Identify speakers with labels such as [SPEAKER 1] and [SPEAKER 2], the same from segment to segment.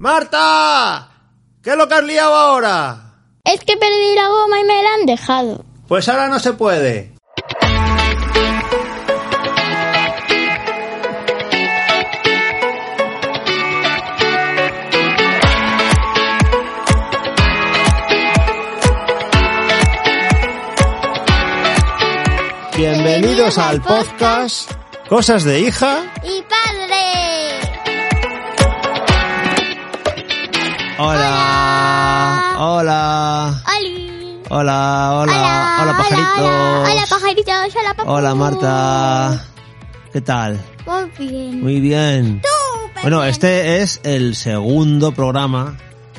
[SPEAKER 1] ¡Marta! ¿Qué es lo que has liado ahora?
[SPEAKER 2] Es que perdí la goma y me la han dejado.
[SPEAKER 1] Pues ahora no se puede. Bienvenidos al podcast Cosas de hija.
[SPEAKER 2] ¡Y padre!
[SPEAKER 1] Hola. Hola.
[SPEAKER 2] ¡Oli!
[SPEAKER 1] Hola, hola. Hola, pajaritos.
[SPEAKER 2] Hola, hola, pajaritos. Hola, papu.
[SPEAKER 1] Hola, Marta. ¿Qué tal?
[SPEAKER 2] Muy bien.
[SPEAKER 1] Muy bien.
[SPEAKER 2] Tú,
[SPEAKER 1] Bueno,
[SPEAKER 2] Pepe.
[SPEAKER 1] este es el segundo programa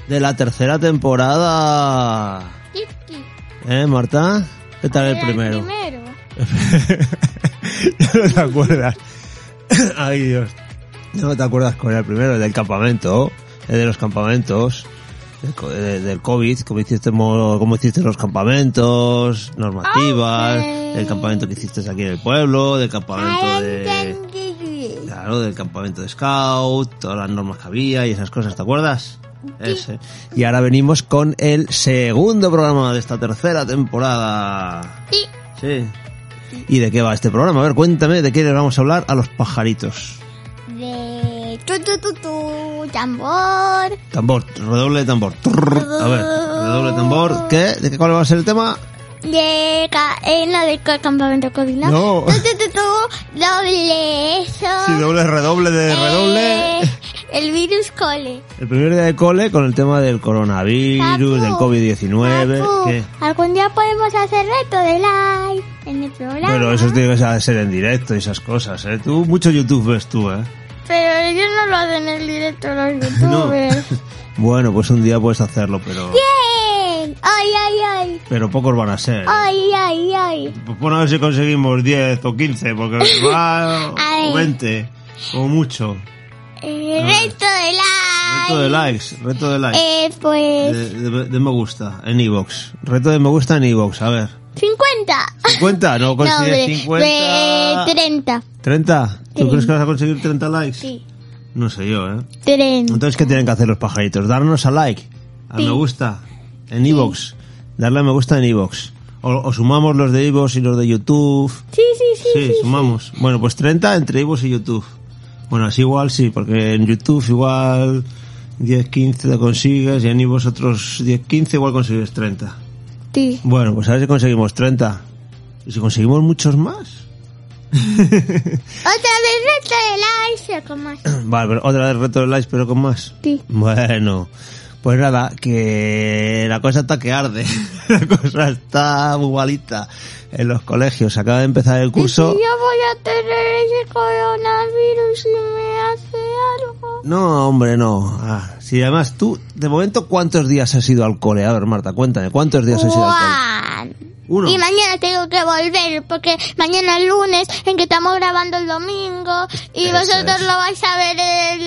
[SPEAKER 1] de la tercera temporada.
[SPEAKER 2] Chiqui.
[SPEAKER 1] ¿Eh, Marta? ¿Qué tal el
[SPEAKER 2] Era
[SPEAKER 1] primero?
[SPEAKER 2] primero.
[SPEAKER 1] Ya no te acuerdas. Ay, Dios. Ya No te acuerdas cuál era el primero, el del campamento, el de los campamentos, del, co- de- del COVID, cómo hiciste, mo- cómo hiciste los campamentos, normativas,
[SPEAKER 2] Ok.
[SPEAKER 1] el campamento que hiciste aquí en el pueblo, del campamento
[SPEAKER 2] Ahora
[SPEAKER 1] de...
[SPEAKER 2] entendí.
[SPEAKER 1] Claro, del campamento de scout, todas las normas que había y esas cosas, ¿te acuerdas? Ese. Y ahora venimos con el segundo programa de esta tercera temporada.
[SPEAKER 2] Sí.
[SPEAKER 1] Sí. ¿Y de qué va este programa? A ver, cuéntame de qué les vamos a hablar a los pajaritos.
[SPEAKER 2] De tu tu tu tu tambor.
[SPEAKER 1] Tambor, redoble de tambor. Trrr. A ver, redoble de tambor. ¿Qué? ¿De qué cuál va a ser el tema?
[SPEAKER 2] De cadena del co- campamento COVID, ¿no?
[SPEAKER 1] No.
[SPEAKER 2] Tu tu tu tu. Doble eso.
[SPEAKER 1] doble, redoble de
[SPEAKER 2] Eh, el virus cole.
[SPEAKER 1] El primer día de cole con el tema del coronavirus,
[SPEAKER 2] Papu,
[SPEAKER 1] del COVID-19.
[SPEAKER 2] Papu,
[SPEAKER 1] ¿Qué?
[SPEAKER 2] Algún día podemos hacer reto de live en el programa.
[SPEAKER 1] Pero eso tiene que ser en directo y esas cosas, ¿eh? Tú mucho YouTube ves tú, ¿eh?
[SPEAKER 2] Pero ellos no lo hacen en el directo los
[SPEAKER 1] No.
[SPEAKER 2] youtubers.
[SPEAKER 1] Bueno, pues un día puedes hacerlo, pero
[SPEAKER 2] ¡Bien! ¡Ay, ay, ay!
[SPEAKER 1] pero pocos van a ser.
[SPEAKER 2] ¡Ay, ay, ay!
[SPEAKER 1] Pues pon a ver si conseguimos 10 o 15, porque va
[SPEAKER 2] Ay.
[SPEAKER 1] o 20, como mucho.
[SPEAKER 2] Eh, reto de live.
[SPEAKER 1] Reto de likes, reto de likes.
[SPEAKER 2] Eh, pues...
[SPEAKER 1] De, de- de me gusta en Evox. Reto de me gusta en Evox, a ver.
[SPEAKER 2] 50.
[SPEAKER 1] ¿50? ¿No
[SPEAKER 2] No,
[SPEAKER 1] consigues
[SPEAKER 2] hombre,
[SPEAKER 1] 50?
[SPEAKER 2] de 30.
[SPEAKER 1] ¿30? ¿Tú
[SPEAKER 2] Sí.
[SPEAKER 1] crees que vas a conseguir 30 likes?
[SPEAKER 2] Sí.
[SPEAKER 1] No sé yo, ¿eh?
[SPEAKER 2] 30.
[SPEAKER 1] Entonces, ¿qué tienen que hacer los pajaritos? Darnos a like, a me gusta, en iVoox. Darle a me gusta en iVoox. O, o sumamos los de iVoox y los de YouTube.
[SPEAKER 2] Sí, sí, sí.
[SPEAKER 1] Sí, sumamos. Bueno, pues 30 entre iVoox y YouTube. Bueno, así igual sí, porque en YouTube igual 10, 15 te consigues y en iVoox otros 10, 15 igual consigues 30.
[SPEAKER 2] Sí.
[SPEAKER 1] Bueno, pues a ver si conseguimos 30. Y si conseguimos muchos más.
[SPEAKER 2] Otra vez reto de live. se coma así.
[SPEAKER 1] Vale, pero otra vez reto de likes, pero con más.
[SPEAKER 2] Sí.
[SPEAKER 1] Bueno, pues nada, que la cosa está que arde. La cosa está bubalita en los colegios. Acaba de empezar el curso.
[SPEAKER 2] Si yo voy a tener ese coronavirus y me hace algo.
[SPEAKER 1] No, hombre, no. Ah, sí, además tú, de momento, ¿cuántos días has ido al cole? A ver, Marta, cuéntame, ¿cuántos días has ido al cole?
[SPEAKER 2] Juan.
[SPEAKER 1] Uno.
[SPEAKER 2] Y mañana tengo que volver porque mañana es lunes en que estamos grabando el domingo y
[SPEAKER 1] Eso
[SPEAKER 2] vosotros
[SPEAKER 1] es.
[SPEAKER 2] lo vais a ver el...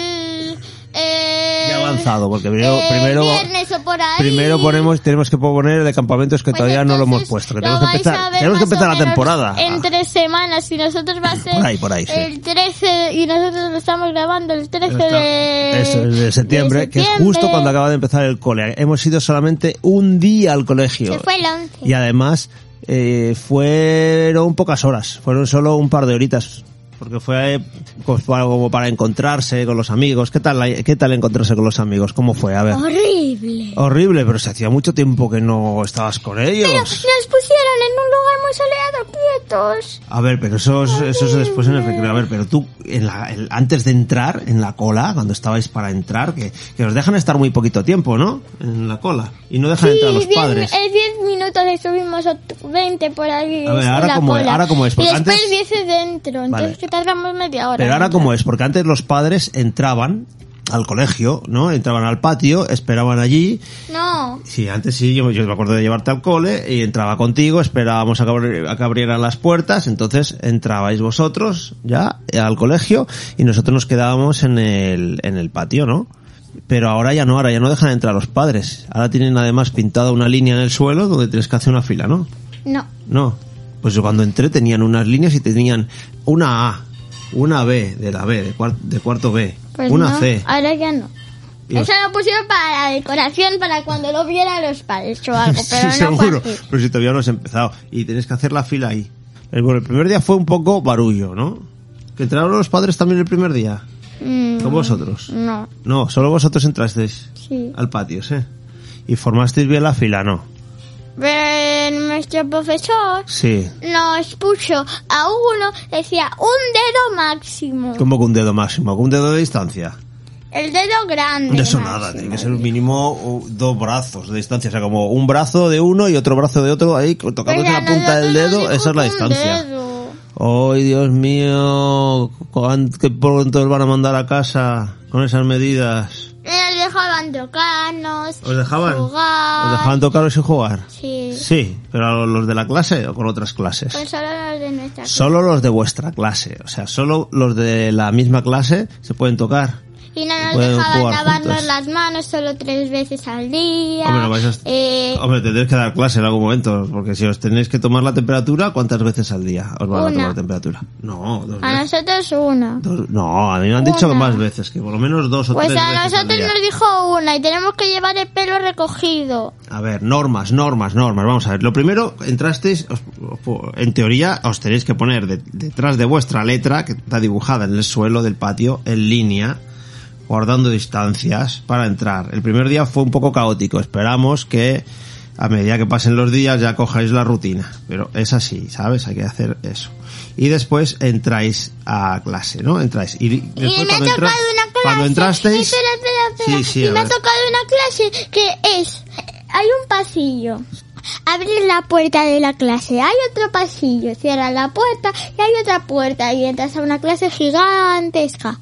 [SPEAKER 2] el-
[SPEAKER 1] Ya avanzado, porque primero,
[SPEAKER 2] el
[SPEAKER 1] primero,
[SPEAKER 2] viernes o por ahí.
[SPEAKER 1] primero ponemos, tenemos que poner el de campamentos que
[SPEAKER 2] Pues
[SPEAKER 1] todavía no lo hemos
[SPEAKER 2] entonces
[SPEAKER 1] puesto. Que
[SPEAKER 2] lo
[SPEAKER 1] tenemos que
[SPEAKER 2] vais a
[SPEAKER 1] empezar,
[SPEAKER 2] ver
[SPEAKER 1] tenemos que
[SPEAKER 2] más o
[SPEAKER 1] empezar la
[SPEAKER 2] menos
[SPEAKER 1] temporada. Ah.
[SPEAKER 2] En tres semanas y nosotros va a ser
[SPEAKER 1] Por ahí, por ahí, sí.
[SPEAKER 2] el 13 y nosotros lo estamos grabando el 13
[SPEAKER 1] Ya está.
[SPEAKER 2] Este de...
[SPEAKER 1] Eso es de septiembre,
[SPEAKER 2] de
[SPEAKER 1] que es
[SPEAKER 2] septiembre.
[SPEAKER 1] justo cuando acaba de empezar el cole. Hemos ido solamente un día al colegio.
[SPEAKER 2] Se fue el 11.
[SPEAKER 1] Y además eh, fueron pocas horas, fueron solo un par de horitas. Porque fue eh, pues, para- como para encontrarse con los amigos. ¿Qué tal, la- ¿Qué tal encontrarse con los amigos? ¿Cómo fue? A ver.
[SPEAKER 2] Horrible.
[SPEAKER 1] Horrible, pero se hacía mucho tiempo que no estabas con ellos.
[SPEAKER 2] Nos pusieron en un lugar muy soleado, quietos.
[SPEAKER 1] A ver, pero eso es, eso es después en el recreo. A ver, pero tú, en la- el- antes de entrar, en la cola, cuando estabais para entrar, que, que os dejan estar muy poquito tiempo, ¿no? En la cola. Y no dejan entrar a los
[SPEAKER 2] diez-
[SPEAKER 1] padres.
[SPEAKER 2] En 10 minutos estuvimos o t- 20 por ahí.
[SPEAKER 1] A ver,
[SPEAKER 2] en
[SPEAKER 1] ¿ahora
[SPEAKER 2] la
[SPEAKER 1] cómo es?
[SPEAKER 2] cola.
[SPEAKER 1] ¿Ahora cómo es?
[SPEAKER 2] Y
[SPEAKER 1] Porque
[SPEAKER 2] después
[SPEAKER 1] antes-
[SPEAKER 2] 10 dentro, entonces
[SPEAKER 1] Vale.
[SPEAKER 2] que tardamos media hora.
[SPEAKER 1] Pero ahora cómo es, porque antes los padres entraban al colegio, ¿no? Entraban al patio, esperaban allí.
[SPEAKER 2] No.
[SPEAKER 1] Sí, antes sí, yo, yo me acuerdo de llevarte al cole y entraba contigo, esperábamos a que, abri- a que abrieran las puertas, entonces entrabais vosotros ya al colegio y nosotros nos quedábamos en el, en el patio, ¿no? Pero ahora ya no, ahora ya no dejan entrar los padres. Ahora tienen además pintada una línea en el suelo donde tienes que hacer una fila, ¿no?
[SPEAKER 2] No.
[SPEAKER 1] No. Pues yo cuando entré tenían unas líneas y tenían una A, una B de la B, de, cuar- de cuarto B,
[SPEAKER 2] Pues
[SPEAKER 1] una
[SPEAKER 2] no,
[SPEAKER 1] C,
[SPEAKER 2] Ahora ya no.
[SPEAKER 1] Y los-
[SPEAKER 2] Eso lo pusieron para la decoración, para cuando lo vieran los padres o algo, pero
[SPEAKER 1] Sí,
[SPEAKER 2] no fue
[SPEAKER 1] seguro.
[SPEAKER 2] así.
[SPEAKER 1] Pero si todavía no has empezado. Y tienes que hacer la fila ahí. El, bueno, el primer día fue un poco barullo, ¿no? ¿Que entraron los padres también el primer día?
[SPEAKER 2] Mm,
[SPEAKER 1] ¿Con vosotros?
[SPEAKER 2] No,
[SPEAKER 1] No, solo vosotros entrasteis
[SPEAKER 2] sí.
[SPEAKER 1] al patio, ¿sí? ¿Y formasteis bien la fila, no?
[SPEAKER 2] Pero nuestro profesor
[SPEAKER 1] Sí.
[SPEAKER 2] nos puso a uno, decía un dedo máximo.
[SPEAKER 1] Como que un dedo máximo, con un dedo de distancia.
[SPEAKER 2] El dedo grande.
[SPEAKER 1] De eso
[SPEAKER 2] máximo.
[SPEAKER 1] nada, tiene que ser un mínimo uh, dos brazos de distancia, o sea, como un brazo de uno y otro brazo de otro, ahí tocando
[SPEAKER 2] Pero
[SPEAKER 1] la punta
[SPEAKER 2] nosotros
[SPEAKER 1] del
[SPEAKER 2] nos
[SPEAKER 1] dedo,
[SPEAKER 2] dijo
[SPEAKER 1] esa es la
[SPEAKER 2] que un
[SPEAKER 1] distancia.
[SPEAKER 2] dedo.
[SPEAKER 1] ¡Ay, Dios mío! cuán- ¡Qué pronto os van a mandar a casa con esas medidas!
[SPEAKER 2] Nos dejaban tocarnos.
[SPEAKER 1] ¿Os dejaban?
[SPEAKER 2] Jugar.
[SPEAKER 1] ¿Os dejaban tocaros y jugar?
[SPEAKER 2] Sí.
[SPEAKER 1] Sí, pero a los de la clase o con otras clases.
[SPEAKER 2] Pues solo los de nuestra clase.
[SPEAKER 1] Solo los de vuestra clase, o sea, solo los de la misma clase se pueden tocar.
[SPEAKER 2] Y no nos
[SPEAKER 1] pueden
[SPEAKER 2] dejaban
[SPEAKER 1] jugar
[SPEAKER 2] lavarnos
[SPEAKER 1] juntos.
[SPEAKER 2] las manos solo tres veces al día.
[SPEAKER 1] Hombre, no vais a-
[SPEAKER 2] Eh,
[SPEAKER 1] Hombre, tendréis que dar clase en algún momento, porque si os tenéis que tomar la temperatura, ¿cuántas veces al día os van a
[SPEAKER 2] Una.
[SPEAKER 1] tomar la temperatura? No, dos
[SPEAKER 2] a
[SPEAKER 1] veces.
[SPEAKER 2] nosotros una.
[SPEAKER 1] Dos- no, a mí me han dicho que
[SPEAKER 2] Una.
[SPEAKER 1] más veces, que por lo menos dos o
[SPEAKER 2] Pues
[SPEAKER 1] tres
[SPEAKER 2] a
[SPEAKER 1] veces al
[SPEAKER 2] nosotros
[SPEAKER 1] día.
[SPEAKER 2] nos dijo una y tenemos que llevar el pelo recogido.
[SPEAKER 1] A ver, normas, normas, normas. Vamos a ver. Lo primero, entrasteis, os- os- en teoría, os tenéis que poner de- detrás de vuestra letra, que está dibujada en el suelo del patio, en línea, guardando distancias para entrar. El primer día fue un poco caótico. Esperamos que a medida que pasen los días ya cojáis la rutina. Pero es así, ¿sabes? Hay que hacer eso. Y después entráis a clase, ¿no? Entráis. Y, después
[SPEAKER 2] y me ha
[SPEAKER 1] cuando
[SPEAKER 2] tocado
[SPEAKER 1] entra-
[SPEAKER 2] una clase.
[SPEAKER 1] Cuando entrasteis...
[SPEAKER 2] Espera, espera, espera.
[SPEAKER 1] Sí, sí,
[SPEAKER 2] y
[SPEAKER 1] a
[SPEAKER 2] me ha
[SPEAKER 1] ver.
[SPEAKER 2] tocado una clase que es. Hay un pasillo. Abres la puerta de la clase. Hay otro pasillo. Cierras la puerta y hay otra puerta. Y entras a una clase gigantesca.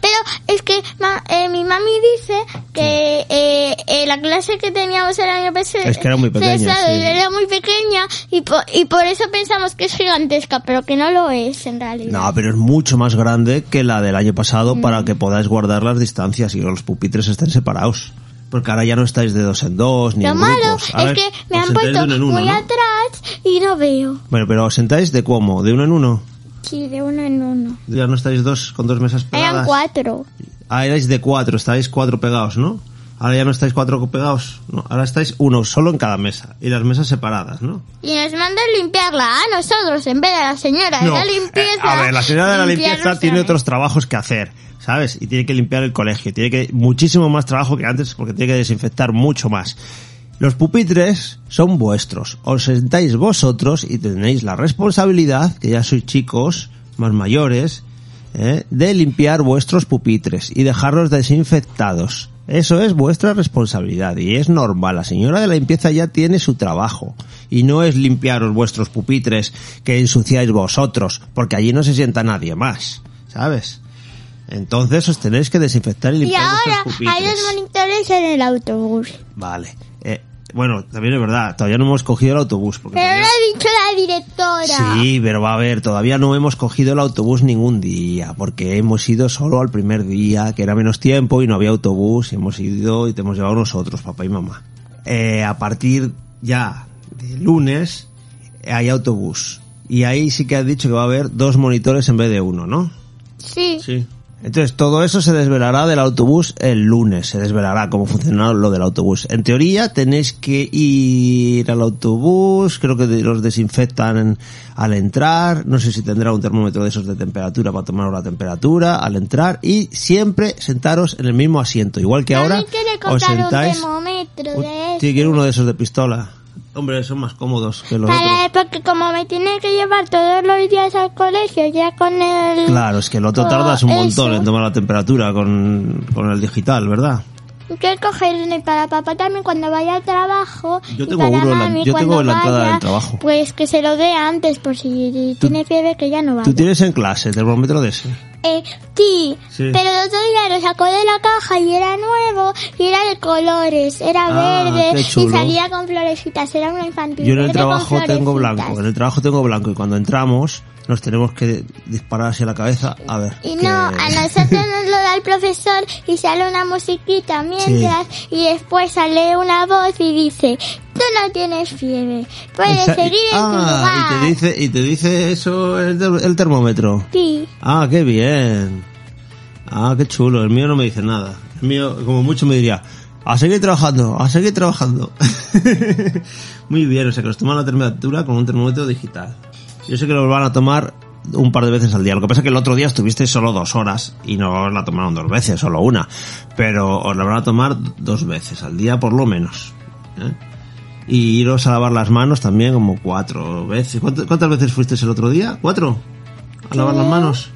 [SPEAKER 2] Pero es que ma- eh, mi mami dice que eh, eh, la clase que teníamos el año pasado
[SPEAKER 1] Es que era muy pequeña,
[SPEAKER 2] pasado
[SPEAKER 1] sí.
[SPEAKER 2] era muy pequeña y, po- y por eso pensamos que es gigantesca, pero que no lo es en realidad.
[SPEAKER 1] No, pero es mucho más grande que la del año
[SPEAKER 2] Mm.
[SPEAKER 1] pasado para que podáis guardar las distancias y que los pupitres estén separados. Porque ahora ya no estáis de dos en dos, ni
[SPEAKER 2] Lo
[SPEAKER 1] en
[SPEAKER 2] malo
[SPEAKER 1] grupos.
[SPEAKER 2] es
[SPEAKER 1] A ver,
[SPEAKER 2] que me
[SPEAKER 1] os
[SPEAKER 2] han
[SPEAKER 1] sentáis de
[SPEAKER 2] puesto
[SPEAKER 1] uno en uno,
[SPEAKER 2] muy
[SPEAKER 1] ¿no?
[SPEAKER 2] atrás y no veo.
[SPEAKER 1] Bueno, pero os sentáis de cómo, de uno en uno.
[SPEAKER 2] Sí, de uno en uno.
[SPEAKER 1] Ya no estáis dos con dos mesas pegadas.
[SPEAKER 2] Eran cuatro.
[SPEAKER 1] Ah, erais de cuatro, estáis cuatro pegados, ¿no? Ahora ya no estáis cuatro pegados, no, ahora estáis uno solo en cada mesa y las mesas separadas, ¿no?
[SPEAKER 2] Y nos mandan limpiarla a nosotros en vez de a la señora de
[SPEAKER 1] No,
[SPEAKER 2] la
[SPEAKER 1] eh,
[SPEAKER 2] limpieza.
[SPEAKER 1] a ver, la señora de la
[SPEAKER 2] limpiar
[SPEAKER 1] limpieza
[SPEAKER 2] nuestra
[SPEAKER 1] tiene
[SPEAKER 2] mesa.
[SPEAKER 1] otros trabajos que hacer, ¿sabes? Y tiene que limpiar el colegio, tiene que muchísimo más trabajo que antes porque tiene que desinfectar mucho más. Los pupitres son vuestros, os sentáis vosotros y tenéis la responsabilidad, que ya sois chicos, más mayores, ¿eh? de limpiar vuestros pupitres y dejarlos desinfectados. Eso es vuestra responsabilidad y es normal. La señora de la limpieza ya tiene su trabajo y no es limpiaros vuestros pupitres que ensuciáis vosotros, porque allí no se sienta nadie más, ¿sabes? Entonces os tenéis que desinfectar y
[SPEAKER 2] Y
[SPEAKER 1] limpiar vuestros
[SPEAKER 2] ahora
[SPEAKER 1] pupitres.
[SPEAKER 2] hay dos monitores en el autobús.
[SPEAKER 1] Vale. Eh, bueno, también es verdad, todavía no hemos cogido el autobús. Porque
[SPEAKER 2] Pero
[SPEAKER 1] todavía-
[SPEAKER 2] lo ha dicho la directora.
[SPEAKER 1] Sí, pero va a haber, todavía no hemos cogido el autobús ningún día, porque hemos ido solo al primer día, que era menos tiempo y no había autobús, y hemos ido y te hemos llevado nosotros, papá y mamá. Eh, a partir ya de lunes eh, hay autobús. Y ahí sí que has dicho que va a haber dos monitores en vez de uno, ¿no?
[SPEAKER 2] Sí.
[SPEAKER 1] Sí. Entonces, todo eso se desvelará del autobús el lunes. Se desvelará cómo funcionará lo del autobús. En teoría, tenéis que ir al autobús. Creo que de- los desinfectan en- al entrar. No sé si tendrá un termómetro de esos de temperatura para tomaros la temperatura al entrar. Y siempre sentaros en el mismo asiento. Igual que ahora,
[SPEAKER 2] Mami quiere
[SPEAKER 1] os
[SPEAKER 2] comprar un
[SPEAKER 1] sentáis.
[SPEAKER 2] termómetro
[SPEAKER 1] Uy,
[SPEAKER 2] de
[SPEAKER 1] sí, quiero uno de esos de pistola. Hombre, son más cómodos que los otros.
[SPEAKER 2] Para, porque como me tiene que llevar todos los días al colegio ya con el...
[SPEAKER 1] Claro, es que el otro
[SPEAKER 2] Todo
[SPEAKER 1] tardas un montón
[SPEAKER 2] eso.
[SPEAKER 1] en tomar la temperatura con, con el digital, ¿verdad?
[SPEAKER 2] Quiero cogerme para papá también cuando vaya al trabajo.
[SPEAKER 1] Yo
[SPEAKER 2] y
[SPEAKER 1] tengo
[SPEAKER 2] para
[SPEAKER 1] uno en la-
[SPEAKER 2] mami
[SPEAKER 1] yo
[SPEAKER 2] cuando
[SPEAKER 1] tengo en la entrada
[SPEAKER 2] vaya,
[SPEAKER 1] del trabajo.
[SPEAKER 2] Pues que se lo dé antes por si
[SPEAKER 1] Tú-
[SPEAKER 2] tiene fiebre que ya no va.
[SPEAKER 1] Tú tienes en clase el termómetro de ese.
[SPEAKER 2] Eh, sí,
[SPEAKER 1] Sí.
[SPEAKER 2] pero el otro día lo sacó de la caja y era nuevo y era de colores, era
[SPEAKER 1] Ah, qué
[SPEAKER 2] verde y
[SPEAKER 1] chulo.
[SPEAKER 2] salía con florecitas, era una infantil.
[SPEAKER 1] Yo en el
[SPEAKER 2] verde con
[SPEAKER 1] trabajo tengo
[SPEAKER 2] florecitas.
[SPEAKER 1] blanco, en el trabajo tengo blanco y cuando entramos nos tenemos que disparar hacia la cabeza. A ver.
[SPEAKER 2] Y
[SPEAKER 1] que-
[SPEAKER 2] no, a nosotros nos lo da el profesor y sale una musiquita mientras y después sale una voz y dice, tú no tienes fiebre, puedes
[SPEAKER 1] Esa-
[SPEAKER 2] seguir en tu
[SPEAKER 1] ah,
[SPEAKER 2] lugar.
[SPEAKER 1] y te dice, y te dice eso el, ter- el termómetro.
[SPEAKER 2] Sí.
[SPEAKER 1] Ah, qué bien. Ah, qué chulo. El mío no me dice nada. El mío, como mucho, me diría, a seguir trabajando, a seguir trabajando. Muy bien, o sea que los toman la temperatura con un termómetro digital. Yo sé que lo van a tomar un par de veces al día. Lo que pasa es que el otro día estuviste solo dos horas y no os la tomaron dos veces, solo una. Pero os la van a tomar dos veces al día por lo menos. ¿eh? Y iros a lavar las manos también como cuatro veces. ¿Cuántas, cuántas veces fuisteis el otro día? ¿Cuatro? ¿A lavar las manos?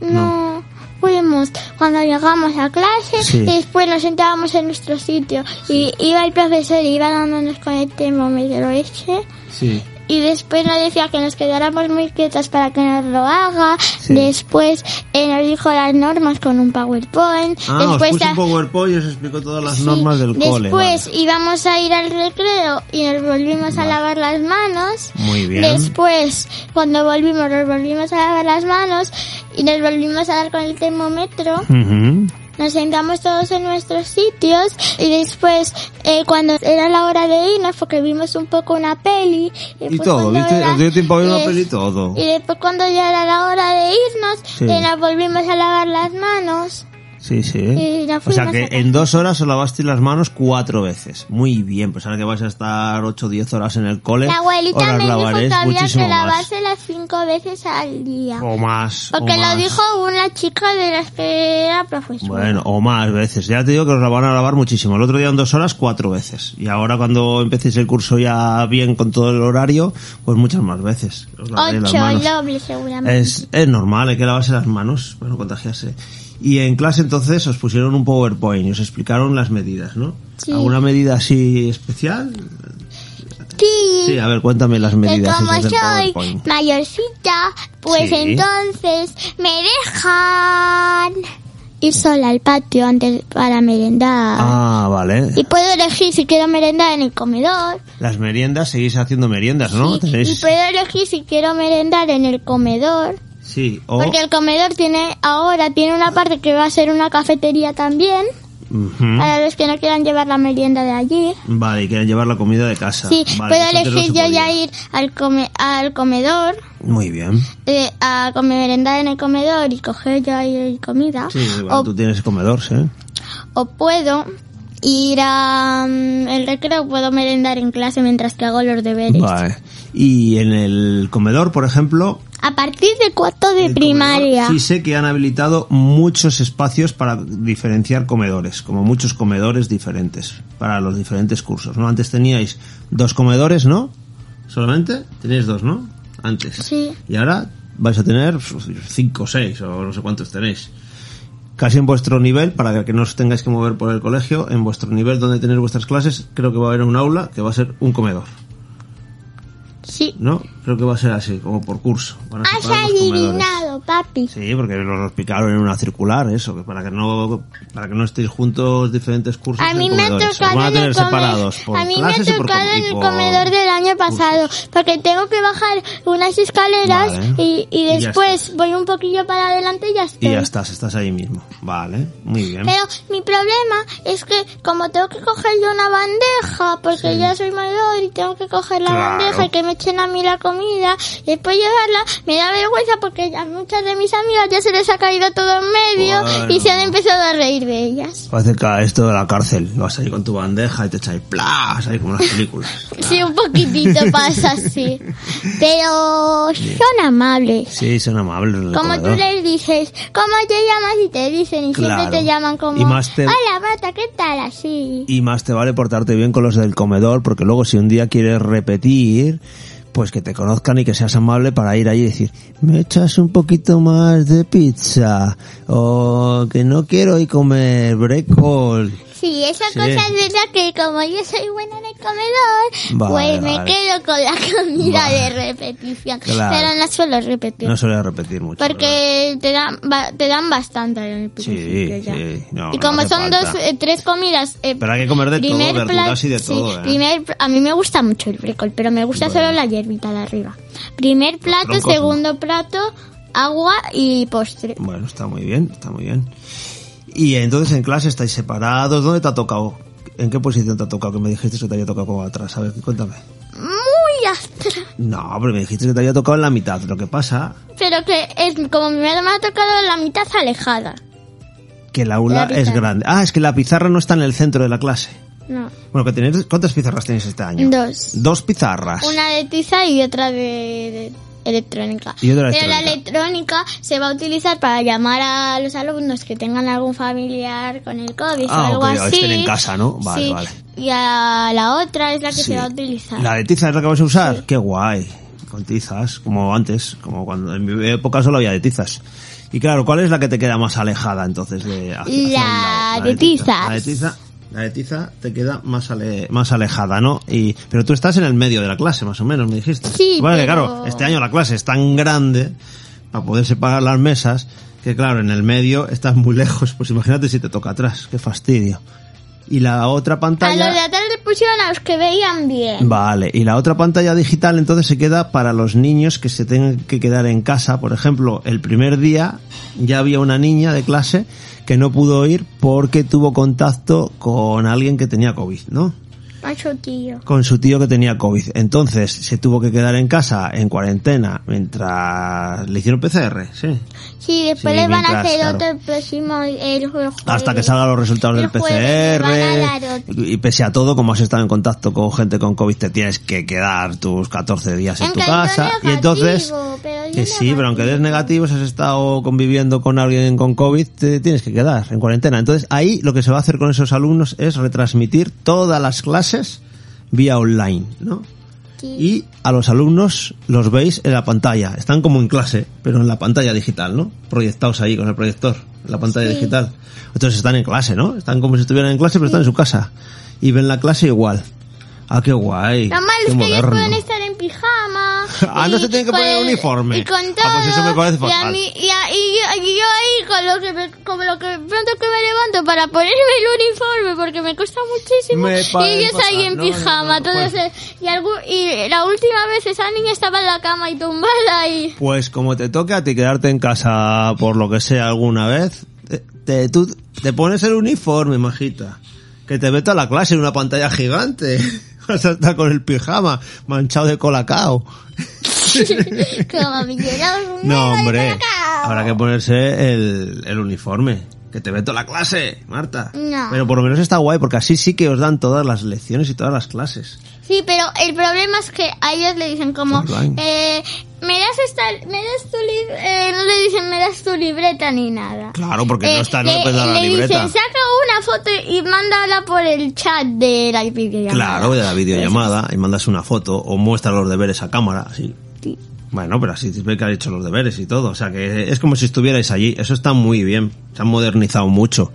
[SPEAKER 2] No. Fuimos cuando llegamos a clase
[SPEAKER 1] Sí.
[SPEAKER 2] y después nos sentábamos en nuestro sitio. Y iba el profesor y iba dándonos con el termómetro ese.
[SPEAKER 1] Sí.
[SPEAKER 2] Y después nos decía que nos quedáramos muy quietas para que nos lo haga.
[SPEAKER 1] Sí.
[SPEAKER 2] Después eh, nos dijo las normas con un PowerPoint.
[SPEAKER 1] Ah,
[SPEAKER 2] después
[SPEAKER 1] os puse
[SPEAKER 2] ta-
[SPEAKER 1] un PowerPoint y os explico todas las
[SPEAKER 2] sí,
[SPEAKER 1] normas del
[SPEAKER 2] después
[SPEAKER 1] cole. vale.
[SPEAKER 2] íbamos a ir al recreo y nos volvimos a lavar las manos.
[SPEAKER 1] Muy bien.
[SPEAKER 2] Después, cuando volvimos, nos volvimos a lavar las manos y nos volvimos a dar con el termómetro.
[SPEAKER 1] Ujú.
[SPEAKER 2] Nos sentamos todos en nuestros sitios y después, eh, cuando era la hora de irnos, porque vimos un poco una peli.
[SPEAKER 1] Y
[SPEAKER 2] después
[SPEAKER 1] todo,
[SPEAKER 2] cuando
[SPEAKER 1] ¿viste?
[SPEAKER 2] era-
[SPEAKER 1] Os dio tiempo a ver
[SPEAKER 2] y
[SPEAKER 1] una
[SPEAKER 2] des-
[SPEAKER 1] peli y todo.
[SPEAKER 2] Y después cuando ya era la hora de irnos,
[SPEAKER 1] Sí.
[SPEAKER 2] eh, nos volvimos a lavar las manos.
[SPEAKER 1] Sí, sí.
[SPEAKER 2] Y la
[SPEAKER 1] o sea
[SPEAKER 2] fuimos
[SPEAKER 1] que
[SPEAKER 2] a
[SPEAKER 1] en dos horas os lavasteis las manos cuatro veces. Muy bien, pues ahora que vais a estar ocho o diez horas en el cole,
[SPEAKER 2] La
[SPEAKER 1] os
[SPEAKER 2] abuelita
[SPEAKER 1] las
[SPEAKER 2] me dijo
[SPEAKER 1] lavaréis
[SPEAKER 2] que había
[SPEAKER 1] ¿Eh? muchísimo
[SPEAKER 2] que
[SPEAKER 1] más.
[SPEAKER 2] lavarse las cinco veces al día.
[SPEAKER 1] O más. o
[SPEAKER 2] Porque lo
[SPEAKER 1] más.
[SPEAKER 2] dijo una chica de las que era profesora.
[SPEAKER 1] Bueno, o más veces. Ya te digo que os la van a lavar muchísimo. El otro día en dos horas, cuatro veces. Y ahora cuando empecéis el curso ya bien con todo el horario, pues muchas más veces. Os lavaréis las
[SPEAKER 2] Ocho, el
[SPEAKER 1] manos.
[SPEAKER 2] doble seguramente.
[SPEAKER 1] Es, es normal, hay que lavarse las manos para no contagiarse. Y en clase entonces os pusieron un PowerPoint y os explicaron las medidas, ¿no?
[SPEAKER 2] Sí.
[SPEAKER 1] ¿Alguna medida así especial?
[SPEAKER 2] Sí.
[SPEAKER 1] Sí, a ver, cuéntame las
[SPEAKER 2] que
[SPEAKER 1] medidas
[SPEAKER 2] como
[SPEAKER 1] esas del
[SPEAKER 2] soy
[SPEAKER 1] PowerPoint.
[SPEAKER 2] mayorcita, pues
[SPEAKER 1] Sí.
[SPEAKER 2] entonces me dejan ir sola al patio antes para merendar.
[SPEAKER 1] Ah, vale.
[SPEAKER 2] Y puedo elegir si quiero merendar en el comedor.
[SPEAKER 1] Las meriendas, seguís haciendo meriendas, ¿no?
[SPEAKER 2] y,
[SPEAKER 1] Tenéis-
[SPEAKER 2] y puedo elegir si quiero merendar en el comedor.
[SPEAKER 1] Sí, o...
[SPEAKER 2] Porque el comedor tiene ahora tiene una parte que va a ser una cafetería también.
[SPEAKER 1] Ujú.
[SPEAKER 2] Para los que no quieran llevar la merienda de allí.
[SPEAKER 1] Vale, y quieren llevar la comida de casa.
[SPEAKER 2] Sí,
[SPEAKER 1] Vale,
[SPEAKER 2] puedo
[SPEAKER 1] eso antes no
[SPEAKER 2] elegir
[SPEAKER 1] se
[SPEAKER 2] yo ya
[SPEAKER 1] podía.
[SPEAKER 2] ir al, come, al comedor.
[SPEAKER 1] Muy bien.
[SPEAKER 2] eh, a comer merendar en el comedor y coger yo ahí comida.
[SPEAKER 1] Sí, bueno,
[SPEAKER 2] o,
[SPEAKER 1] tú tienes comedor, sí.
[SPEAKER 2] o puedo ir a mm, el recreo, puedo merendar en clase mientras que hago los deberes.
[SPEAKER 1] Vale. Y en el comedor, por ejemplo,
[SPEAKER 2] A partir de cuarto de
[SPEAKER 1] El
[SPEAKER 2] primaria.
[SPEAKER 1] comedor, Sí sé que han habilitado muchos espacios para diferenciar comedores, como muchos comedores diferentes para los diferentes cursos, ¿no? Antes teníais dos comedores, ¿no? Solamente teníais dos, ¿no? Antes.
[SPEAKER 2] Sí.
[SPEAKER 1] Y ahora vais a tener cinco o seis o no sé cuántos tenéis. Casi en vuestro nivel, para que no os tengáis que mover por el colegio, en vuestro nivel donde tenéis vuestras clases, creo que va a haber un aula que va a ser un comedor,
[SPEAKER 2] Sí.
[SPEAKER 1] ¿no? Creo que va a ser así, como por curso. van a
[SPEAKER 2] Has
[SPEAKER 1] separar los comedores.
[SPEAKER 2] adivinado, papi.
[SPEAKER 1] Sí, porque los picaron en una circular, eso, que para que no para que no estéis juntos diferentes cursos.
[SPEAKER 2] A
[SPEAKER 1] en
[SPEAKER 2] mí me ha
[SPEAKER 1] comedores. Os
[SPEAKER 2] tocado
[SPEAKER 1] van a
[SPEAKER 2] en
[SPEAKER 1] tener
[SPEAKER 2] el comedor,
[SPEAKER 1] separados por
[SPEAKER 2] a mí me ha
[SPEAKER 1] clases y por
[SPEAKER 2] tocado
[SPEAKER 1] com-
[SPEAKER 2] en
[SPEAKER 1] y
[SPEAKER 2] el
[SPEAKER 1] por-
[SPEAKER 2] comedor del año pasado, porque tengo que bajar unas escaleras
[SPEAKER 1] Vale.
[SPEAKER 2] y, y
[SPEAKER 1] Y ya
[SPEAKER 2] después voy un poquillo para adelante y ya estoy.
[SPEAKER 1] Y ya ¿eh? estás, estás ahí mismo. Vale, muy bien.
[SPEAKER 2] Pero mi problema es que como tengo que coger yo una bandeja, porque ya soy mayor y tengo que coger la
[SPEAKER 1] Claro.
[SPEAKER 2] bandeja y que me echen a mí la comida, y después llevarla, me da vergüenza porque a muchas de mis amigas ya se les ha caído todo en medio y se han
[SPEAKER 1] Bueno.
[SPEAKER 2] empezado a reír de ellas.
[SPEAKER 1] Parece que esto de la cárcel, vas ahí con tu bandeja y te echáis plas, ahí como en las películas.
[SPEAKER 2] Sí, un poquitito pasa así. Pero son amables.
[SPEAKER 1] Sí, son amables. en el
[SPEAKER 2] Como tú
[SPEAKER 1] comedor.
[SPEAKER 2] les dices, ¿cómo te llamas? Y te dicen, y
[SPEAKER 1] Claro.
[SPEAKER 2] siempre te llaman como,
[SPEAKER 1] Y más te-
[SPEAKER 2] hola Marta, ¿qué tal? Así.
[SPEAKER 1] Y más te vale portarte bien con los del comedor, porque luego si un día quieres repetir, pues que te conozcan y que seas amable para ir ahí y decir, me echas un poquito más de pizza, o que no quiero ir comer brécol.
[SPEAKER 2] Sí, esa
[SPEAKER 1] Sí.
[SPEAKER 2] cosa es verdad que como yo soy buena en el comedor,
[SPEAKER 1] Vale,
[SPEAKER 2] pues me
[SPEAKER 1] vale.
[SPEAKER 2] quedo con la comida de repetición.
[SPEAKER 1] Claro.
[SPEAKER 2] Pero no suelo repetir.
[SPEAKER 1] No suele repetir mucho. ¿verdad?
[SPEAKER 2] porque te dan, ba- te dan bastante en el principio ya.
[SPEAKER 1] sí, no,
[SPEAKER 2] y
[SPEAKER 1] no
[SPEAKER 2] como
[SPEAKER 1] hace
[SPEAKER 2] son
[SPEAKER 1] falta.
[SPEAKER 2] dos, eh, tres comidas. eh,
[SPEAKER 1] Pero hay que comer de todo,
[SPEAKER 2] primer
[SPEAKER 1] verduras
[SPEAKER 2] plat-
[SPEAKER 1] y de
[SPEAKER 2] sí,
[SPEAKER 1] todo, ¿eh?
[SPEAKER 2] primer pl- a mí me gusta mucho el brécol, pero me gusta solo la hierbita de arriba.
[SPEAKER 1] Pues
[SPEAKER 2] Primer plato,
[SPEAKER 1] troncos, ¿no?
[SPEAKER 2] segundo plato, agua y postre.
[SPEAKER 1] Bueno, está muy bien, está muy bien. Y entonces en clase estáis separados, ¿dónde te ha tocado? ¿En qué posición te ha tocado? Que me dijiste que te había tocado como atrás, a ver, cuéntame.
[SPEAKER 2] Muy atrás.
[SPEAKER 1] No, pero me dijiste que te había tocado en la mitad. Lo que pasa
[SPEAKER 2] Pero que es como me ha tocado la mitad alejada.
[SPEAKER 1] que el aula
[SPEAKER 2] La
[SPEAKER 1] es
[SPEAKER 2] pizarra.
[SPEAKER 1] grande. Ah, es que la pizarra no está en el centro de la clase.
[SPEAKER 2] No.
[SPEAKER 1] Bueno, que tenéis, ¿cuántas pizarras tenéis este año?
[SPEAKER 2] Dos.
[SPEAKER 1] Dos pizarras.
[SPEAKER 2] Una de tiza y otra de, de electrónica.
[SPEAKER 1] Y otra de
[SPEAKER 2] Pero la
[SPEAKER 1] electrónica.
[SPEAKER 2] electrónica se va a utilizar para llamar a los alumnos que tengan algún familiar con el COVID
[SPEAKER 1] Ah,
[SPEAKER 2] o algo
[SPEAKER 1] ok, o
[SPEAKER 2] así.
[SPEAKER 1] estén en casa, ¿no? Vale,
[SPEAKER 2] Sí.
[SPEAKER 1] vale.
[SPEAKER 2] Y a la otra es la que
[SPEAKER 1] Sí.
[SPEAKER 2] se va a utilizar.
[SPEAKER 1] ¿La de tiza es la que vas a usar? Qué guay. Con tizas, como antes, como cuando en mi época solo había de tizas. Y claro, ¿cuál es la que te queda más alejada entonces de hacia- hacia un
[SPEAKER 2] La
[SPEAKER 1] lado?
[SPEAKER 2] de tizas.
[SPEAKER 1] La de tiza, la de tiza te queda más ale- más alejada, ¿no? Y pero tú estás en el medio de la clase, más o menos, me dijiste.
[SPEAKER 2] Sí,
[SPEAKER 1] Bueno, que
[SPEAKER 2] pero-
[SPEAKER 1] claro, este año la clase es tan grande para poder separar las mesas que claro, en el medio estás muy lejos, pues imagínate si te toca atrás, qué fastidio. Y la otra
[SPEAKER 2] a
[SPEAKER 1] pantalla
[SPEAKER 2] los de atrás le pusieron a los que veían bien.
[SPEAKER 1] Vale, y la otra pantalla digital entonces se queda para los niños que se tengan que quedar en casa. Por ejemplo, el primer día ya había una niña de clase que no pudo ir porque tuvo contacto con alguien que tenía COVID, ¿no?
[SPEAKER 2] Macho tío.
[SPEAKER 1] Con su tío que tenía COVID. Entonces se tuvo que quedar en casa en cuarentena mientras le hicieron PCR, sí.
[SPEAKER 2] Sí, después
[SPEAKER 1] Sí,
[SPEAKER 2] les van a
[SPEAKER 1] mientras,
[SPEAKER 2] hacer
[SPEAKER 1] claro.
[SPEAKER 2] otro el próximo el juego.
[SPEAKER 1] Hasta que salgan los resultados
[SPEAKER 2] El
[SPEAKER 1] del
[SPEAKER 2] jueves le van a
[SPEAKER 1] PCR.
[SPEAKER 2] dar otro.
[SPEAKER 1] Y pese a todo, como has estado en contacto con gente con COVID, te tienes que quedar tus 14 días en,
[SPEAKER 2] Aunque
[SPEAKER 1] tu
[SPEAKER 2] yo
[SPEAKER 1] casa.
[SPEAKER 2] negativo,
[SPEAKER 1] y entonces,
[SPEAKER 2] pero yo
[SPEAKER 1] que sí, pero aunque des
[SPEAKER 2] negativo.
[SPEAKER 1] negativos, has estado conviviendo con alguien con COVID, te tienes que quedar en cuarentena. Entonces, ahí lo que se va a hacer con esos alumnos es retransmitir todas las clases vía online, ¿no?
[SPEAKER 2] Sí.
[SPEAKER 1] Y a los alumnos los veis en la pantalla. Están como en clase, pero en la pantalla digital, ¿no? Proyectados ahí con el proyector, en la pantalla
[SPEAKER 2] Sí.
[SPEAKER 1] digital. Entonces están en clase, ¿no? Están como si estuvieran en clase, pero están en su casa. Y ven la clase igual. Ah, qué guay.
[SPEAKER 2] Lo malo
[SPEAKER 1] qué
[SPEAKER 2] es que ellos
[SPEAKER 1] moderno.
[SPEAKER 2] pueden estar en este- pijama.
[SPEAKER 1] Ah, no se tienen que
[SPEAKER 2] con
[SPEAKER 1] poner uniforme.
[SPEAKER 2] Y con todo.
[SPEAKER 1] Ah, pues eso me parece
[SPEAKER 2] Y, a
[SPEAKER 1] fatal.
[SPEAKER 2] mí- y, a- y yo, y yo ahí con lo que me- como lo que pronto que me levanto para ponerme el uniforme porque me cuesta muchísimo.
[SPEAKER 1] Me parece
[SPEAKER 2] y ellos ahí
[SPEAKER 1] fatal.
[SPEAKER 2] en
[SPEAKER 1] No, no,
[SPEAKER 2] pijama.
[SPEAKER 1] no, no,
[SPEAKER 2] todos
[SPEAKER 1] pues-
[SPEAKER 2] en- y, algún- y la última vez esa niña estaba en la cama y tumbada y...
[SPEAKER 1] Pues como te toque a ti quedarte en casa por lo que sea alguna vez, te, te- tú te pones el uniforme, majita. Que te vete a la clase en una pantalla gigante. Vas a estar con el pijama manchado de colacao.
[SPEAKER 2] Como mi llorón,
[SPEAKER 1] No,
[SPEAKER 2] me voy
[SPEAKER 1] hombre.
[SPEAKER 2] para acá.
[SPEAKER 1] Habrá que ponerse el, el uniforme. Que te ve toda la clase, Marta.
[SPEAKER 2] No.
[SPEAKER 1] Pero por lo menos está guay, porque así sí que os dan todas las lecciones y todas las clases.
[SPEAKER 2] Sí, pero el problema es que a ellos le dicen como,
[SPEAKER 1] Online.
[SPEAKER 2] eh, me das esta, me das tu lib- eh, no le dicen me das tu libreta ni nada.
[SPEAKER 1] Claro, porque no
[SPEAKER 2] Eh,
[SPEAKER 1] está, no
[SPEAKER 2] le,
[SPEAKER 1] le puedes dar la
[SPEAKER 2] le
[SPEAKER 1] libreta.
[SPEAKER 2] dicen, saca una foto y mándala por el chat de la videollamada.
[SPEAKER 1] Claro, de la videollamada y mandas una foto o muestras los deberes a cámara, así.
[SPEAKER 2] Sí.
[SPEAKER 1] Bueno, pero así se ve que has hecho los deberes y todo. O sea, que es como si estuvierais allí. Eso está muy bien. Se han modernizado mucho.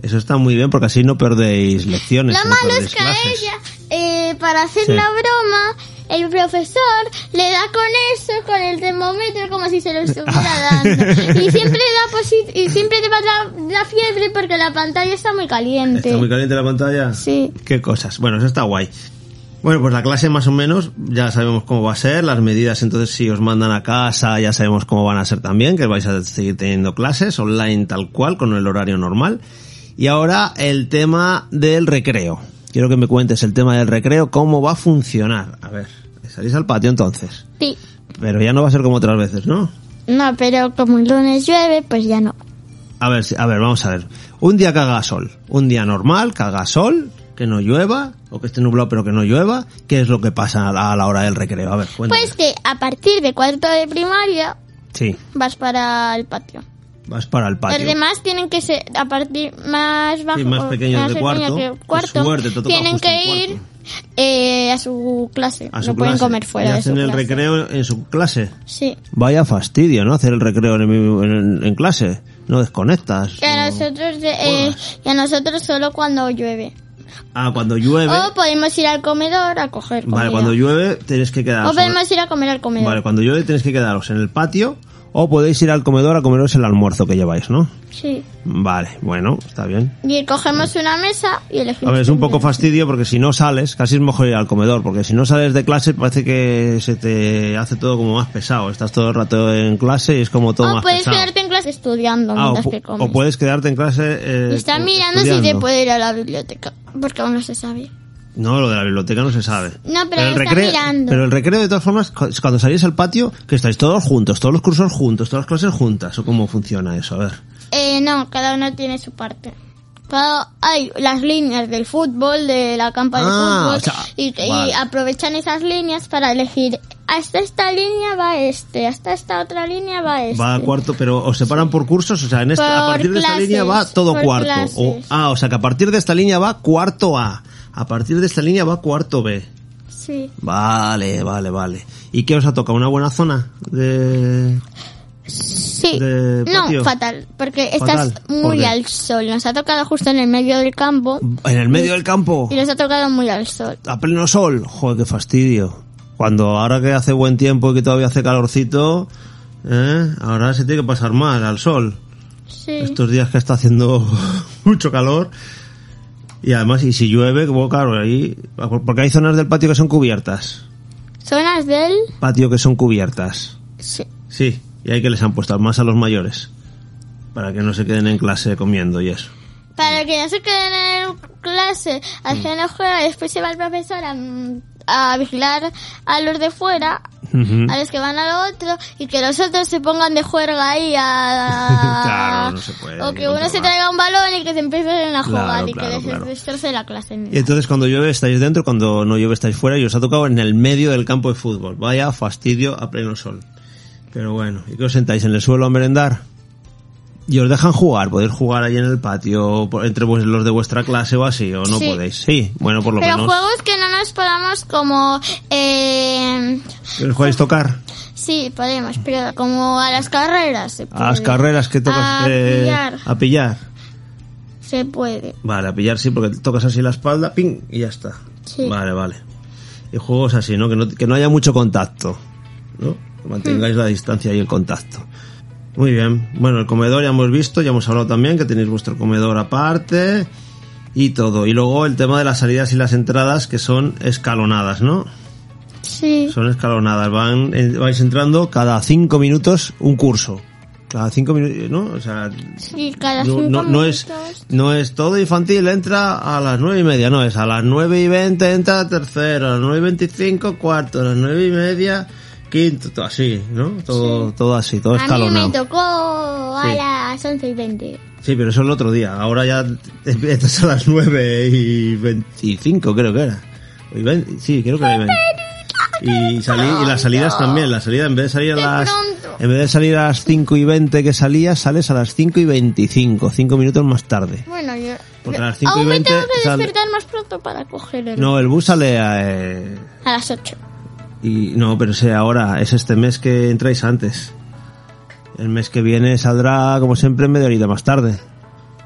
[SPEAKER 1] Eso está muy bien porque así no perdéis
[SPEAKER 2] Lo
[SPEAKER 1] lecciones. no
[SPEAKER 2] malo
[SPEAKER 1] perdéis
[SPEAKER 2] es que a
[SPEAKER 1] clases.
[SPEAKER 2] ella, eh, para hacer
[SPEAKER 1] Sí.
[SPEAKER 2] la broma, el profesor le da con eso, con el termómetro, como si se lo estuviera
[SPEAKER 1] Ah.
[SPEAKER 2] dando. Y siempre da posi- y siempre te va a dar la fiebre porque la pantalla está muy caliente.
[SPEAKER 1] ¿Está muy caliente la pantalla?
[SPEAKER 2] Sí.
[SPEAKER 1] Qué cosas. Bueno, eso está guay. Bueno, pues la clase más o menos ya sabemos cómo va a ser, las medidas entonces si os mandan a casa ya sabemos cómo van a ser también, que vais a seguir teniendo clases online tal cual, con el horario normal. Y ahora el tema del recreo. Quiero que me cuentes el tema del recreo, cómo va a funcionar. A ver, salís al patio entonces,
[SPEAKER 2] Sí.
[SPEAKER 1] pero ya no va a ser como otras veces, ¿no?
[SPEAKER 2] No, pero como el lunes llueve, pues ya no.
[SPEAKER 1] A ver, si- a ver, vamos a ver. Un día que haga sol, un día normal, que haga sol, que no llueva, o que esté nublado pero que no llueva, ¿qué es lo que pasa a la, a la hora del recreo? A ver, cuéntame.
[SPEAKER 2] Pues que a partir de cuarto de primaria
[SPEAKER 1] sí,
[SPEAKER 2] vas para el patio.
[SPEAKER 1] vas para el patio.
[SPEAKER 2] Los demás tienen que ser a partir más bajo,
[SPEAKER 1] Sí, más pequeños
[SPEAKER 2] más
[SPEAKER 1] de
[SPEAKER 2] pequeño
[SPEAKER 1] cuarto.
[SPEAKER 2] que
[SPEAKER 1] Qué suerte, te ha tocado
[SPEAKER 2] tienen
[SPEAKER 1] justo
[SPEAKER 2] que
[SPEAKER 1] en
[SPEAKER 2] ir eh, a su clase.
[SPEAKER 1] A su
[SPEAKER 2] no pueden
[SPEAKER 1] clase.
[SPEAKER 2] comer
[SPEAKER 1] Y
[SPEAKER 2] fuera de su
[SPEAKER 1] hacen el
[SPEAKER 2] clase.
[SPEAKER 1] recreo en su clase.
[SPEAKER 2] Sí.
[SPEAKER 1] Vaya fastidio, ¿no? Hacer el recreo en, el mismo- en- en clase. No desconectas.
[SPEAKER 2] Y
[SPEAKER 1] no-
[SPEAKER 2] a nosotros de- eh, y a nosotros solo cuando llueve.
[SPEAKER 1] Ah, cuando llueve.
[SPEAKER 2] O podemos ir al comedor a coger comida.
[SPEAKER 1] Vale, cuando llueve tienes que quedar.
[SPEAKER 2] o podemos ir a comer al comedor.
[SPEAKER 1] Vale, cuando llueve tenéis que quedaros en el patio o podéis ir al comedor a comeros el almuerzo que lleváis, ¿no?
[SPEAKER 2] Sí.
[SPEAKER 1] Vale, bueno, está bien.
[SPEAKER 2] Y cogemos una mesa y
[SPEAKER 1] A
[SPEAKER 2] elegimos.
[SPEAKER 1] ver, es un
[SPEAKER 2] comida.
[SPEAKER 1] poco fastidio porque si no sales, casi es mejor ir al comedor, porque si no sales de clase parece que se te hace todo como más pesado. Estás todo el rato en clase y es como todo
[SPEAKER 2] o
[SPEAKER 1] más
[SPEAKER 2] Ah, puedes
[SPEAKER 1] pesado.
[SPEAKER 2] quedarte en clase estudiando
[SPEAKER 1] Ah, o,
[SPEAKER 2] mientras
[SPEAKER 1] pu-
[SPEAKER 2] que comes.
[SPEAKER 1] o puedes quedarte en clase. eh,
[SPEAKER 2] Y están
[SPEAKER 1] estu-
[SPEAKER 2] mirando si te
[SPEAKER 1] estudiando.
[SPEAKER 2] puede ir a la biblioteca, porque aún no se sabe.
[SPEAKER 1] No, lo de la biblioteca no se sabe.
[SPEAKER 2] No, pero
[SPEAKER 1] el
[SPEAKER 2] está
[SPEAKER 1] recreo,
[SPEAKER 2] mirando.
[SPEAKER 1] Pero el recreo, de todas formas, cu- cuando salís al patio, que estáis todos juntos, todos los cursos juntos, todas las clases juntas, o cómo funciona eso, a ver.
[SPEAKER 2] Eh, Eh, no, cada uno tiene su parte. Cada, hay las líneas del fútbol, de la campa de
[SPEAKER 1] Ah,
[SPEAKER 2] fútbol,
[SPEAKER 1] o sea,
[SPEAKER 2] y, y
[SPEAKER 1] vale.
[SPEAKER 2] aprovechan esas líneas para elegir hasta esta línea va este, hasta esta otra línea va este.
[SPEAKER 1] Va a cuarto, pero os separan por cursos, o sea, en esta- a
[SPEAKER 2] Por
[SPEAKER 1] partir de esta
[SPEAKER 2] clases,
[SPEAKER 1] línea va todo
[SPEAKER 2] por
[SPEAKER 1] cuarto. O-
[SPEAKER 2] clases.
[SPEAKER 1] ah, o sea, que a partir de esta línea va cuarto A. A partir de esta línea va cuarto B.
[SPEAKER 2] Sí.
[SPEAKER 1] Vale, vale, vale. ¿Y qué os ha tocado? ¿Una buena zona? De...
[SPEAKER 2] Sí.
[SPEAKER 1] de patio.
[SPEAKER 2] No, fatal, porque estás
[SPEAKER 1] Fatal, ¿por
[SPEAKER 2] muy
[SPEAKER 1] qué?
[SPEAKER 2] al sol. Nos ha tocado justo en el medio del campo
[SPEAKER 1] En el medio del campo.
[SPEAKER 2] y nos ha tocado muy al sol.
[SPEAKER 1] A pleno sol. Joder, qué fastidio. Cuando ahora que hace buen tiempo y que todavía hace calorcito, ¿eh? ahora se tiene que pasar más al sol.
[SPEAKER 2] Sí.
[SPEAKER 1] Estos días que está haciendo mucho calor. Y además, y si llueve, como claro, ahí. Porque hay zonas del patio que son cubiertas.
[SPEAKER 2] Zonas del...
[SPEAKER 1] Patio que son cubiertas.
[SPEAKER 2] Sí.
[SPEAKER 1] Sí, y hay que les han puesto más a los mayores. Para que no se queden en clase comiendo y eso.
[SPEAKER 2] Para que no se queden en clase haciendo fuera después se va el profesor a, a vigilar a los de fuera,
[SPEAKER 1] Ujú.
[SPEAKER 2] a los que van a lo otro, y que los otros se pongan de juerga ahí a...
[SPEAKER 1] Claro, no se puede
[SPEAKER 2] O que uno se
[SPEAKER 1] controlar.
[SPEAKER 2] traiga un balón y que se empiecen a jugar y
[SPEAKER 1] claro,
[SPEAKER 2] que les
[SPEAKER 1] claro.
[SPEAKER 2] destroce la clase.
[SPEAKER 1] Y entonces cuando llueve estáis dentro, cuando no llueve estáis fuera y os ha tocado en el medio del campo de fútbol. Vaya fastidio a pleno sol. Pero bueno, ¿y qué os sentáis en el suelo a merendar? ¿Y os dejan jugar? ¿Podéis jugar ahí en el patio por- entre vos- los de vuestra clase o así? ¿O no
[SPEAKER 2] Sí.
[SPEAKER 1] podéis? Sí, bueno, por lo
[SPEAKER 2] Pero
[SPEAKER 1] menos.
[SPEAKER 2] juegos que no nos podamos como... Eh,
[SPEAKER 1] ¿Os jugáis tocar?
[SPEAKER 2] sí, podemos, pero como a las carreras. Se
[SPEAKER 1] A las
[SPEAKER 2] puede.
[SPEAKER 1] carreras que tocas...
[SPEAKER 2] Mm, A
[SPEAKER 1] eh,
[SPEAKER 2] pillar.
[SPEAKER 1] a pillar.
[SPEAKER 2] Se puede.
[SPEAKER 1] Vale, a pillar sí, porque tocas así la espalda, ping, y ya está.
[SPEAKER 2] Sí.
[SPEAKER 1] Vale, vale. Y juegos así, ¿no? Que no, que no haya mucho contacto, ¿no? Que
[SPEAKER 2] Hmm.
[SPEAKER 1] mantengáis la distancia y el contacto. Muy bien. Bueno, el comedor ya hemos visto, ya hemos hablado también que tenéis vuestro comedor aparte y todo. Y luego el tema de las salidas y las entradas que son escalonadas, ¿no?
[SPEAKER 2] Sí.
[SPEAKER 1] Son escalonadas, van, eh, vais entrando cada cinco minutos un curso. Cada cinco minutos, ¿no? O sea,
[SPEAKER 2] Y cada
[SPEAKER 1] no,
[SPEAKER 2] cinco
[SPEAKER 1] no, no es
[SPEAKER 2] minutos-
[SPEAKER 1] no es todo infantil entra a las nueve y media no es a las nueve y veinte entra tercero a las nueve y veinticinco cuarto a las nueve y media quinto todo así no todo todo así todo
[SPEAKER 2] A mí me
[SPEAKER 1] escalonado
[SPEAKER 2] tocó a
[SPEAKER 1] Sí.
[SPEAKER 2] las 11 y 20.
[SPEAKER 1] sí pero eso es el otro día ahora ya te empiezas a las nueve y veinticinco creo que era O y vein- sí creo que era y veinte. y, salí- y las salidas también la salida en vez de salir a
[SPEAKER 2] Qué
[SPEAKER 1] las
[SPEAKER 2] pronto.
[SPEAKER 1] en vez de salir a las cinco y veinte que salías sales a las cinco y veinticinco cinco minutos más tarde
[SPEAKER 2] Bueno, yo...
[SPEAKER 1] Porque a las cinco y
[SPEAKER 2] Aún me
[SPEAKER 1] veinte
[SPEAKER 2] tengo que
[SPEAKER 1] sale-
[SPEAKER 2] despertar más pronto para coger el...
[SPEAKER 1] No, el bus sale a, eh,
[SPEAKER 2] A las 8.
[SPEAKER 1] y no, pero sé ahora es este mes que entráis antes. El mes que viene saldrá como siempre media horita más tarde.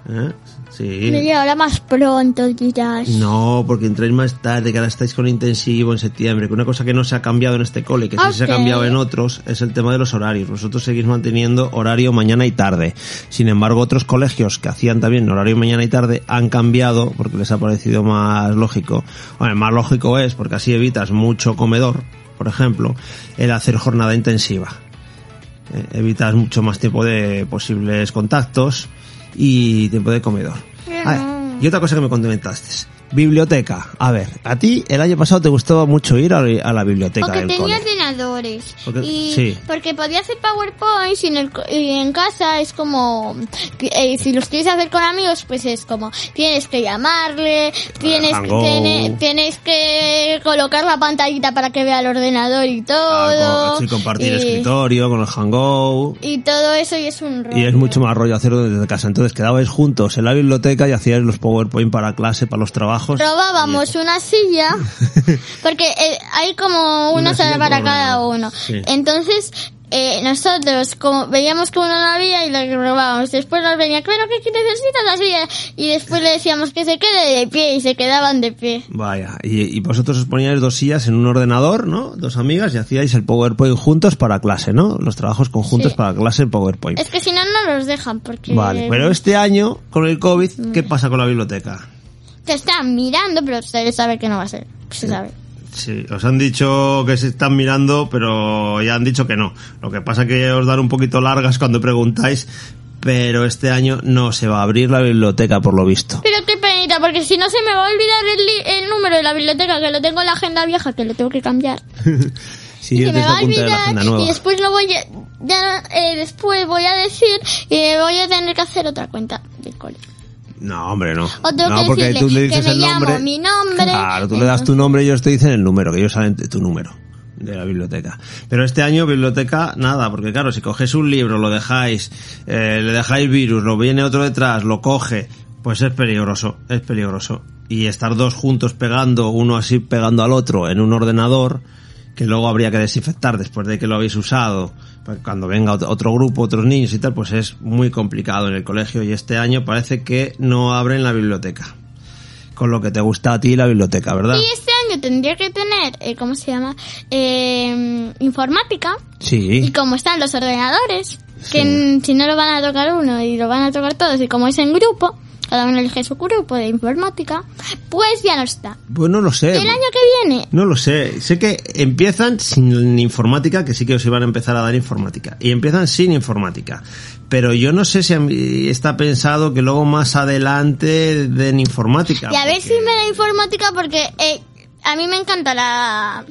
[SPEAKER 1] ¿Eh? Sí.
[SPEAKER 2] Media hora más pronto, dirás.
[SPEAKER 1] No, porque entráis más tarde, que ahora estáis con intensivo en septiembre. Que una cosa que no se ha cambiado en este cole, que sí se ha
[SPEAKER 2] Ok.
[SPEAKER 1] cambiado en otros, es el tema de los horarios. Vosotros seguís manteniendo horario mañana y tarde. Sin embargo, otros colegios que hacían también horario mañana y tarde han cambiado porque les ha parecido más lógico. Bueno, más lógico es porque así evitas mucho comedor, por ejemplo, el hacer jornada intensiva. Eh, evitas mucho más tiempo de posibles contactos y tiempo de comedor. Ah, y otra cosa que me comentaste, biblioteca. A ver, a ti el año pasado te gustaba mucho ir a, a la biblioteca
[SPEAKER 2] Porque
[SPEAKER 1] del cole.
[SPEAKER 2] tenía ordenadores.
[SPEAKER 1] Porque-
[SPEAKER 2] y
[SPEAKER 1] sí.
[SPEAKER 2] Porque podía hacer PowerPoints y en, el co- y en casa es como... que, eh, si los quieres hacer con amigos, pues es como... Tienes que llamarle, tienes, que-
[SPEAKER 1] Hangout.
[SPEAKER 2] tiene- tienes que colocar la pantallita para que vea el ordenador y
[SPEAKER 1] Ah,
[SPEAKER 2] todo.
[SPEAKER 1] con- sí, compartir
[SPEAKER 2] y,
[SPEAKER 1] escritorio con el Hangout.
[SPEAKER 2] y todo eso y es un rollo.
[SPEAKER 1] Y es mucho más rollo hacerlo desde casa. Entonces quedabais juntos en la biblioteca y hacíais los PowerPoint para clase, para los trabajos.
[SPEAKER 2] Robábamos una silla, porque eh, hay como una,
[SPEAKER 1] Una
[SPEAKER 2] sala
[SPEAKER 1] silla
[SPEAKER 2] para
[SPEAKER 1] por
[SPEAKER 2] cada uno.
[SPEAKER 1] ordenador, sí.
[SPEAKER 2] Entonces, eh, nosotros como veíamos que uno no había y le robábamos. Después nos venía, claro que aquí necesitas la silla. Y después le decíamos que se quede de pie y se quedaban de pie.
[SPEAKER 1] Vaya, y, y vosotros os poníais dos sillas en un ordenador, ¿no? Dos amigas y hacíais el PowerPoint juntos para clase, ¿no? Los trabajos conjuntos
[SPEAKER 2] Sí.
[SPEAKER 1] para clase en PowerPoint.
[SPEAKER 2] Es que si no, no los dejan porque
[SPEAKER 1] Vale, pero este año, con el COVID,
[SPEAKER 2] Mm.
[SPEAKER 1] ¿qué pasa con la biblioteca?
[SPEAKER 2] te están mirando, pero ustedes saben que no va a ser. Se sabe.
[SPEAKER 1] Sí, os han dicho que se están mirando, pero ya han dicho que no. Lo que pasa que os dan un poquito largas cuando preguntáis, pero este año no se va a abrir la biblioteca por lo visto.
[SPEAKER 2] Pero qué penita, porque si no se me va a olvidar el, li- el número de la biblioteca, que lo tengo en la agenda vieja, que lo tengo que cambiar.
[SPEAKER 1] Sí,
[SPEAKER 2] y
[SPEAKER 1] yo
[SPEAKER 2] que me
[SPEAKER 1] tengo
[SPEAKER 2] va a
[SPEAKER 1] apuntada en la agenda
[SPEAKER 2] olvidar
[SPEAKER 1] nueva.
[SPEAKER 2] y después no voy a- ya eh, después voy a decir que voy a tener que hacer otra cuenta del cole.
[SPEAKER 1] No, hombre, no.
[SPEAKER 2] O tengo
[SPEAKER 1] no,
[SPEAKER 2] que
[SPEAKER 1] porque
[SPEAKER 2] decirle
[SPEAKER 1] tú le
[SPEAKER 2] que
[SPEAKER 1] dices
[SPEAKER 2] me
[SPEAKER 1] el
[SPEAKER 2] llamo,
[SPEAKER 1] nombre.
[SPEAKER 2] mi nombre.
[SPEAKER 1] Claro, tú le das tu nombre y ellos te dicen el número, que ellos saben tu número de la biblioteca. Pero este año biblioteca nada, porque claro, si cogéis un libro, lo dejáis, eh, le dejáis virus, lo viene otro detrás, lo coge, pues es peligroso, es peligroso. Y estar dos juntos pegando, uno así pegando al otro en un ordenador, que luego habría que desinfectar después de que lo habéis usado, pues cuando venga ot- otro grupo, otros niños y tal, pues es muy complicado en el colegio y este año parece que no abren la biblioteca. Con lo que te gusta a ti la biblioteca, ¿verdad?
[SPEAKER 2] Y este año tendría que tener, eh, ¿cómo se llama? Eh, informática.
[SPEAKER 1] Sí.
[SPEAKER 2] Y como están los ordenadores,
[SPEAKER 1] Sí.
[SPEAKER 2] que n- si no lo van a tocar uno y lo van a tocar todos, y como es en grupo, cada uno elige su grupo de informática, pues ya no está.
[SPEAKER 1] Pues no lo sé.
[SPEAKER 2] El año que viene,
[SPEAKER 1] No lo sé. Sé que empiezan sin informática, que sí que os iban a empezar a dar informática. Y empiezan sin informática. Pero yo no sé si a mí está pensado que luego más adelante den informática.
[SPEAKER 2] y a ver si
[SPEAKER 1] porque-
[SPEAKER 2] me da informática porque eh, a mí me encanta la,
[SPEAKER 1] Ah.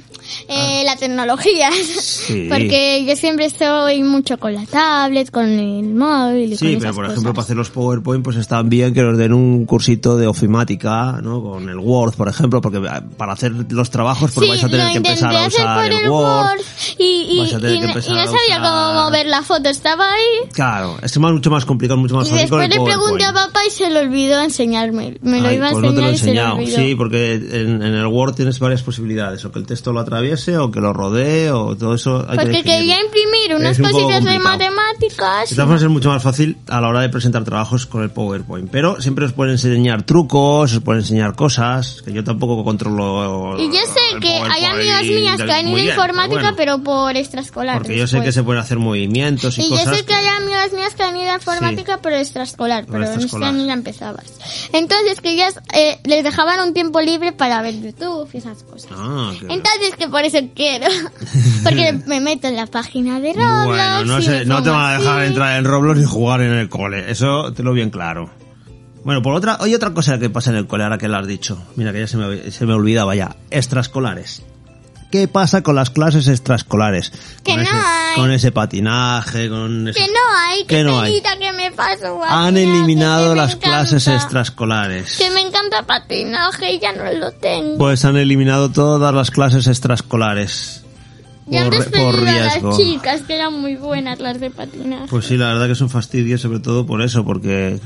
[SPEAKER 2] eh, la tecnología.
[SPEAKER 1] Sí.
[SPEAKER 2] Porque yo siempre estoy mucho con la tablet, con el móvil
[SPEAKER 1] Sí,
[SPEAKER 2] y con
[SPEAKER 1] pero
[SPEAKER 2] esas
[SPEAKER 1] por ejemplo, para
[SPEAKER 2] cosas.
[SPEAKER 1] hacer los PowerPoint, pues están bien que nos den un cursito de ofimática, ¿no? Con el Word, por ejemplo, porque ah, para hacer los trabajos, pues
[SPEAKER 2] Sí,
[SPEAKER 1] vais a tener
[SPEAKER 2] lo
[SPEAKER 1] que empezar
[SPEAKER 2] intenté
[SPEAKER 1] a
[SPEAKER 2] hacer
[SPEAKER 1] usar
[SPEAKER 2] por
[SPEAKER 1] el
[SPEAKER 2] el
[SPEAKER 1] Word.
[SPEAKER 2] Word y, y,
[SPEAKER 1] vais a tener
[SPEAKER 2] y
[SPEAKER 1] que
[SPEAKER 2] no- y
[SPEAKER 1] empezar
[SPEAKER 2] no
[SPEAKER 1] a
[SPEAKER 2] sabía
[SPEAKER 1] usar-
[SPEAKER 2] cómo mover la foto, estaba ahí.
[SPEAKER 1] Claro, es más, mucho más complicado, mucho más
[SPEAKER 2] Y
[SPEAKER 1] fácil con
[SPEAKER 2] después
[SPEAKER 1] el
[SPEAKER 2] le pregunté a
[SPEAKER 1] PowerPoint.
[SPEAKER 2] papá y se le olvidó enseñarme. Me lo
[SPEAKER 1] Ay,
[SPEAKER 2] iba a
[SPEAKER 1] pues
[SPEAKER 2] enseñar
[SPEAKER 1] no te lo he
[SPEAKER 2] y se le
[SPEAKER 1] enseñado.
[SPEAKER 2] olvidó.
[SPEAKER 1] Sí, porque en, en el Word tienes varias posibilidades. O que el texto lo atraviese, o que lo rodee, o todo eso. Hay
[SPEAKER 2] Porque
[SPEAKER 1] que definirlo.
[SPEAKER 2] quería imprimir unas
[SPEAKER 1] Es un poco
[SPEAKER 2] cositas de
[SPEAKER 1] complicado.
[SPEAKER 2] matemáticas.
[SPEAKER 1] De todas formas, es mucho más fácil a la hora de presentar trabajos con el PowerPoint. Pero siempre os pueden enseñar trucos, os pueden enseñar cosas, que yo tampoco controlo.
[SPEAKER 2] Y yo sé
[SPEAKER 1] Ah, el
[SPEAKER 2] que hay
[SPEAKER 1] PowerPoint
[SPEAKER 2] amigas mías que
[SPEAKER 1] del-
[SPEAKER 2] han ido
[SPEAKER 1] muy
[SPEAKER 2] a
[SPEAKER 1] bien,
[SPEAKER 2] informática,
[SPEAKER 1] bueno,
[SPEAKER 2] pero por extraescolar.
[SPEAKER 1] Porque yo sé que
[SPEAKER 2] después.
[SPEAKER 1] se pueden hacer movimientos y,
[SPEAKER 2] Y yo
[SPEAKER 1] cosas.
[SPEAKER 2] sé que hay amigas mías que han ido a informática, pero extraescolar,
[SPEAKER 1] Por
[SPEAKER 2] pero en este
[SPEAKER 1] extraescolar.
[SPEAKER 2] año ya empezabas. Entonces que ellas eh, les dejaban un tiempo libre para ver YouTube y esas cosas.
[SPEAKER 1] Ah, qué-
[SPEAKER 2] Entonces que por eso quiero, porque me meto en la página de Roblox.
[SPEAKER 1] Bueno, no,
[SPEAKER 2] y
[SPEAKER 1] sé,
[SPEAKER 2] me
[SPEAKER 1] no te
[SPEAKER 2] pongo
[SPEAKER 1] van a dejar
[SPEAKER 2] así.
[SPEAKER 1] entrar en Roblox ni jugar en el cole. Eso te lo bien claro. Bueno, por otra, hay otra cosa que pasa en el cole ahora que lo has dicho. Mira que ya se me, se me olvidaba ya. Extraescolares. ¿Qué pasa con las clases extraescolares?
[SPEAKER 2] Que
[SPEAKER 1] con
[SPEAKER 2] no
[SPEAKER 1] ese,
[SPEAKER 2] hay.
[SPEAKER 1] Con ese patinaje, con ese...
[SPEAKER 2] Que no hay, que,
[SPEAKER 1] Que no hay.
[SPEAKER 2] penita que me paso.
[SPEAKER 1] Han
[SPEAKER 2] patinaje, que
[SPEAKER 1] eliminado
[SPEAKER 2] me
[SPEAKER 1] las clases
[SPEAKER 2] encanta.
[SPEAKER 1] extraescolares.
[SPEAKER 2] Que me encanta patinaje y ya no lo tengo.
[SPEAKER 1] Pues han eliminado todas las clases extraescolares.
[SPEAKER 2] y han
[SPEAKER 1] re-
[SPEAKER 2] despedido a las chicas, que eran muy buenas las de patinaje.
[SPEAKER 1] Pues sí, la verdad que es un fastidio, sobre todo por eso, porque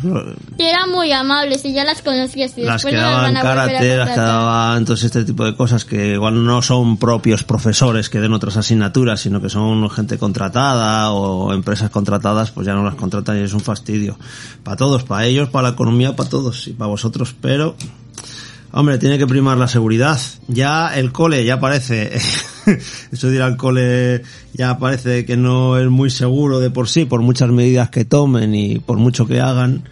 [SPEAKER 2] Que eran muy amables y ya las conocías y
[SPEAKER 1] las
[SPEAKER 2] después
[SPEAKER 1] que
[SPEAKER 2] no
[SPEAKER 1] daban
[SPEAKER 2] las van a volver a
[SPEAKER 1] karate, las que
[SPEAKER 2] contratar.
[SPEAKER 1] daban todo este tipo de cosas que igual no son propios profesores que den otras asignaturas, sino que son gente contratada o empresas contratadas, pues ya no las contratan y es un fastidio. Para todos, para ellos, para la economía, para todos y para vosotros, pero... Hombre, tiene que primar la seguridad. Ya el cole, ya parece, eso dirá el cole, ya parece que no es muy seguro de por sí, por muchas medidas que tomen y por mucho que hagan.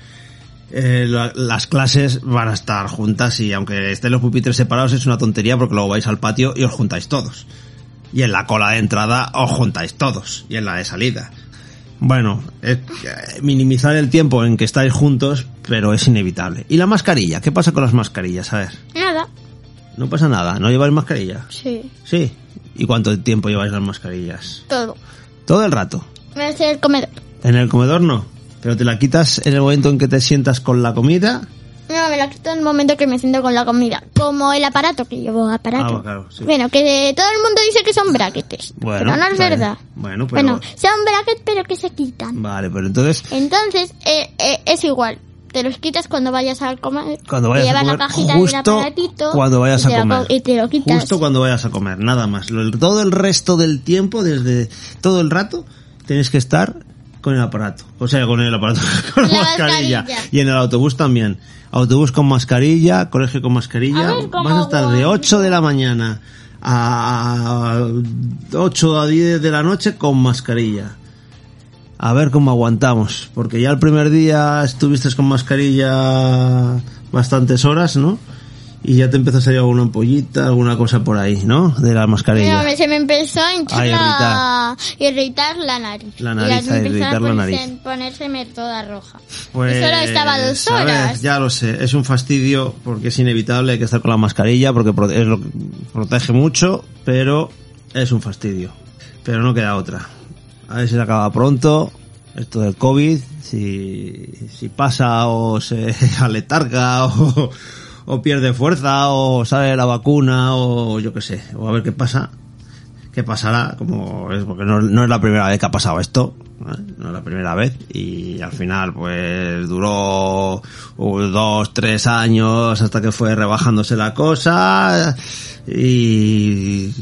[SPEAKER 1] Eh, la- las clases van a estar juntas y aunque estén los pupitres separados es una tontería porque luego vais al patio y os juntáis todos. Y en la cola de entrada os juntáis todos. Y en la de salida. Bueno, es eh, minimizar el tiempo en que estáis juntos, pero es inevitable. ¿Y la mascarilla? ¿Qué pasa con las mascarillas? A ver,
[SPEAKER 2] Nada,
[SPEAKER 1] no pasa nada, ¿no lleváis mascarilla?
[SPEAKER 2] sí,
[SPEAKER 1] Sí. ¿Y cuánto tiempo lleváis las mascarillas?
[SPEAKER 2] todo.
[SPEAKER 1] Todo el rato.
[SPEAKER 2] Me hace el comedor.
[SPEAKER 1] En el comedor no. Pero te la quitas en el momento en que te sientas con la comida
[SPEAKER 2] No, me la quito en el momento que me siento con la comida. Como el aparato que llevo, aparato.
[SPEAKER 1] Ah, claro, sí.
[SPEAKER 2] Bueno, que todo el mundo dice que son brackets.
[SPEAKER 1] Bueno,
[SPEAKER 2] pero no es
[SPEAKER 1] está bien.
[SPEAKER 2] verdad.
[SPEAKER 1] Bueno, pero-
[SPEAKER 2] Bueno, son brackets pero que se quitan.
[SPEAKER 1] Vale, pero entonces
[SPEAKER 2] Entonces, eh, eh, es igual. Te los quitas cuando vayas a comer.
[SPEAKER 1] cuando vayas
[SPEAKER 2] te
[SPEAKER 1] a
[SPEAKER 2] llevas
[SPEAKER 1] comer,
[SPEAKER 2] la cajita del
[SPEAKER 1] justo
[SPEAKER 2] aparatito.
[SPEAKER 1] cuando
[SPEAKER 2] y
[SPEAKER 1] vayas
[SPEAKER 2] te
[SPEAKER 1] a
[SPEAKER 2] lo
[SPEAKER 1] comer,
[SPEAKER 2] co- y te lo quitas.
[SPEAKER 1] justo cuando vayas a comer, nada más. Lo- el- todo el resto del tiempo, desde todo el rato, tienes que estar con el aparato, o sea, con el aparato, con
[SPEAKER 2] La
[SPEAKER 1] mascarilla.
[SPEAKER 2] mascarilla.
[SPEAKER 1] y en el autobús también. Autobús con mascarilla, colegio con mascarilla,
[SPEAKER 2] A ver, cómo
[SPEAKER 1] vas a estar de
[SPEAKER 2] aguanto.
[SPEAKER 1] 8 de la mañana a 8 a 10 de la noche con mascarilla. A ver cómo aguantamos, porque ya el primer día estuviste con mascarilla bastantes horas, ¿no? Y ya te empezó a salir alguna ampollita, alguna cosa por ahí, ¿no? De la
[SPEAKER 2] No,
[SPEAKER 1] mascarilla.
[SPEAKER 2] hombre, se me empezó a hinchar
[SPEAKER 1] A
[SPEAKER 2] la... irritar la nariz.
[SPEAKER 1] La nariz,
[SPEAKER 2] y
[SPEAKER 1] a
[SPEAKER 2] empezar
[SPEAKER 1] irritar la nariz.
[SPEAKER 2] ponérseme toda roja.
[SPEAKER 1] Pues,
[SPEAKER 2] y solo estaba dos
[SPEAKER 1] a ver,
[SPEAKER 2] horas.
[SPEAKER 1] ya lo sé, es un fastidio porque es inevitable, hay que estar con la mascarilla porque prote- es lo que protege mucho, pero es un fastidio. Pero no queda otra. A ver si se acaba pronto. Esto del COVID, si, si pasa o se aletarga o, o pierde fuerza o sale la vacuna o yo qué sé, o a ver qué pasa, qué pasará, como es, porque no, no es la primera vez que ha pasado esto, ¿eh? no es la primera vez y al final pues duró uh, dos, tres años hasta que fue rebajándose la cosa y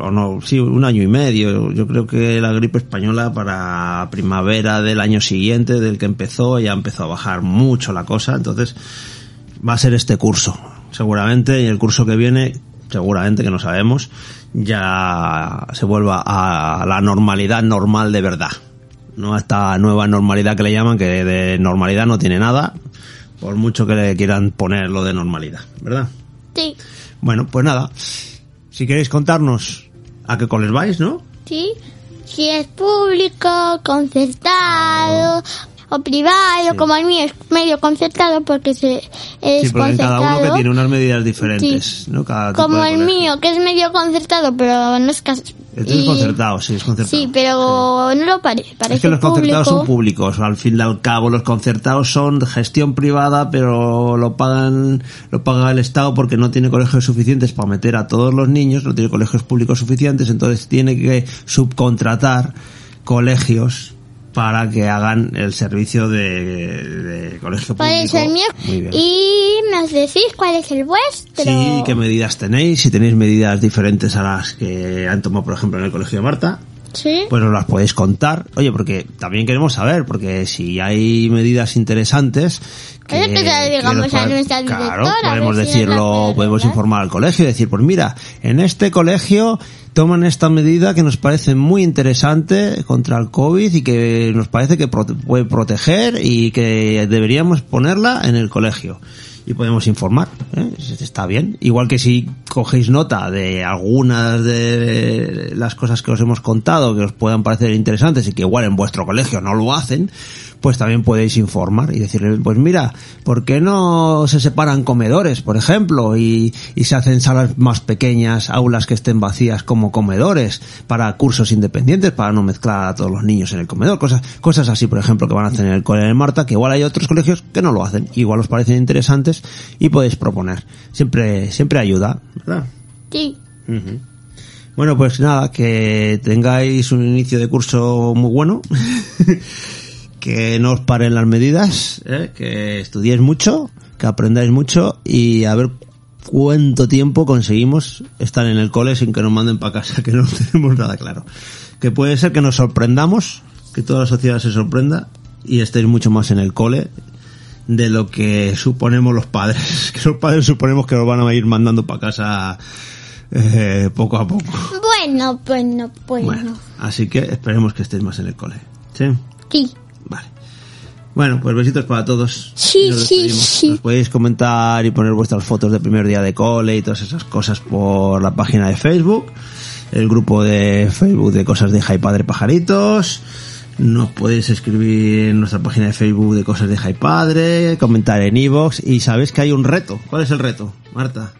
[SPEAKER 1] o no, sí, un año y medio. Yo creo que la gripe española para primavera del año siguiente, del que empezó, ya empezó a bajar mucho la cosa. Entonces, va a ser este curso, seguramente, y el curso que viene, seguramente que no sabemos, ya se vuelva a la normalidad normal de verdad. No a esta nueva normalidad que le llaman, que de normalidad no tiene nada, por mucho que le quieran poner lo de normalidad, ¿verdad?
[SPEAKER 2] Sí.
[SPEAKER 1] Bueno, pues nada. Si queréis contarnos a qué coles vais, ¿no?
[SPEAKER 2] Sí. Si es público, concertado o privado,
[SPEAKER 1] Ah, Sí.
[SPEAKER 2] como el mío es medio concertado porque se, es
[SPEAKER 1] Sí, porque cada uno que
[SPEAKER 2] concertado.
[SPEAKER 1] tiene unas medidas diferentes, ¿no? Cada tipo
[SPEAKER 2] Como
[SPEAKER 1] de
[SPEAKER 2] el
[SPEAKER 1] colegio.
[SPEAKER 2] mío, que es medio concertado, pero no es casi.
[SPEAKER 1] Este es concertado, sí, es concertado.
[SPEAKER 2] Sí, pero no lo parece. Parece
[SPEAKER 1] es que los concertados
[SPEAKER 2] público.
[SPEAKER 1] son públicos, al fin y al cabo los concertados son gestión privada, pero lo pagan, lo paga el Estado porque no tiene colegios suficientes para meter a todos los niños, no tiene colegios públicos suficientes, entonces tiene que subcontratar colegios para que hagan el servicio de, de colegio público.
[SPEAKER 2] Por eso el mío.
[SPEAKER 1] Muy bien.
[SPEAKER 2] Y nos decís cuál es el vuestro.
[SPEAKER 1] Sí, qué medidas tenéis, si tenéis medidas diferentes a las que han tomado, por ejemplo, en el colegio de Marta,
[SPEAKER 2] Sí.
[SPEAKER 1] pues nos las podéis contar. Oye, porque también queremos saber, porque si hay medidas interesantes...
[SPEAKER 2] Eso que le digamos
[SPEAKER 1] nos
[SPEAKER 2] a
[SPEAKER 1] puedan-
[SPEAKER 2] nuestra
[SPEAKER 1] Claro,
[SPEAKER 2] directora, a
[SPEAKER 1] podemos
[SPEAKER 2] ver si nos las
[SPEAKER 1] decirlo,
[SPEAKER 2] puede
[SPEAKER 1] podemos
[SPEAKER 2] contar.
[SPEAKER 1] informar al colegio y decir, pues mira, en este colegio toman esta medida que nos parece muy interesante contra el COVID y que nos parece que prote- puede proteger y que deberíamos ponerla en el colegio. Y podemos informar, ¿eh? está bien. Igual que si cogéis nota de algunas de las cosas que os hemos contado que os puedan parecer interesantes y que igual en vuestro colegio no lo hacen, pues también podéis informar y decirle, pues mira, ¿por qué no se separan comedores, por ejemplo, y, y se hacen salas más pequeñas, aulas que estén vacías como comedores para cursos independientes, para no mezclar a todos los niños en el comedor? Cosas, cosas así, por ejemplo, que van a hacer en el colegio de Marta, que igual hay otros colegios que no lo hacen, igual os parecen interesantes y podéis proponer. Siempre, siempre ayuda, ¿verdad?
[SPEAKER 2] Sí.
[SPEAKER 1] Ujú. Bueno, pues nada, que tengáis un inicio de curso muy bueno, que no os paren las medidas, ¿eh? que estudiéis mucho, que aprendáis mucho y a ver cuánto tiempo conseguimos estar en el cole sin que nos manden para casa, que no tenemos nada claro. Que puede ser que nos sorprendamos, que toda la sociedad se sorprenda y estéis mucho más en el cole de lo que suponemos los padres, que los padres suponemos que nos van a ir mandando para casa eh, poco a poco.
[SPEAKER 2] Bueno, bueno, bueno.
[SPEAKER 1] Bueno, así que esperemos que estéis más en el cole. ¿Sí?
[SPEAKER 2] Sí.
[SPEAKER 1] Vale. Bueno, pues besitos para todos.
[SPEAKER 2] Sí,
[SPEAKER 1] Y nos
[SPEAKER 2] sí,
[SPEAKER 1] despedimos.
[SPEAKER 2] sí.
[SPEAKER 1] Nos podéis comentar y poner vuestras fotos de primer día de cole y todas esas cosas por la página de Facebook, el grupo de Facebook de Cosas de hija y Padre Pajaritos. Nos podéis escribir en nuestra página de Facebook de Cosas de hija y Padre, comentar en iVoox y sabéis que hay un reto. ¿Cuál es el reto, Marta?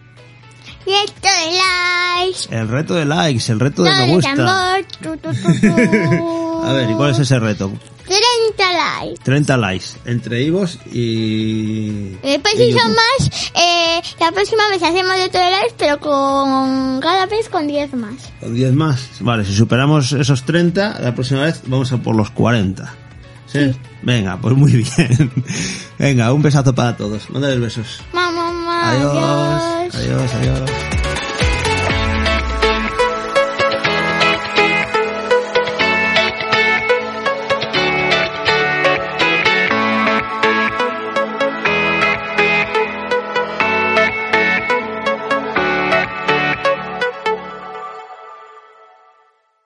[SPEAKER 2] Y esto de likes.
[SPEAKER 1] El reto de likes, el reto de
[SPEAKER 2] Todo
[SPEAKER 1] me
[SPEAKER 2] el
[SPEAKER 1] gusta.
[SPEAKER 2] tambor. tu, tu, tu, tu.
[SPEAKER 1] A ver, ¿y cuál es este? ese reto?
[SPEAKER 2] 30 likes.
[SPEAKER 1] 30 likes entre Ivos y...
[SPEAKER 2] Después
[SPEAKER 1] y
[SPEAKER 2] si
[SPEAKER 1] YouTube.
[SPEAKER 2] Eh, pues son más, eh, la próxima vez hacemos de todo el likes, pero con cada vez con 10 más.
[SPEAKER 1] Con 10 más. Vale, si superamos esos 30, la próxima vez vamos a por los 40. ¿Sí? Venga, pues muy bien. Venga, un besazo para todos. Mándales besos.
[SPEAKER 2] Mamá, mamá,
[SPEAKER 1] Adiós. Adiós, adiós.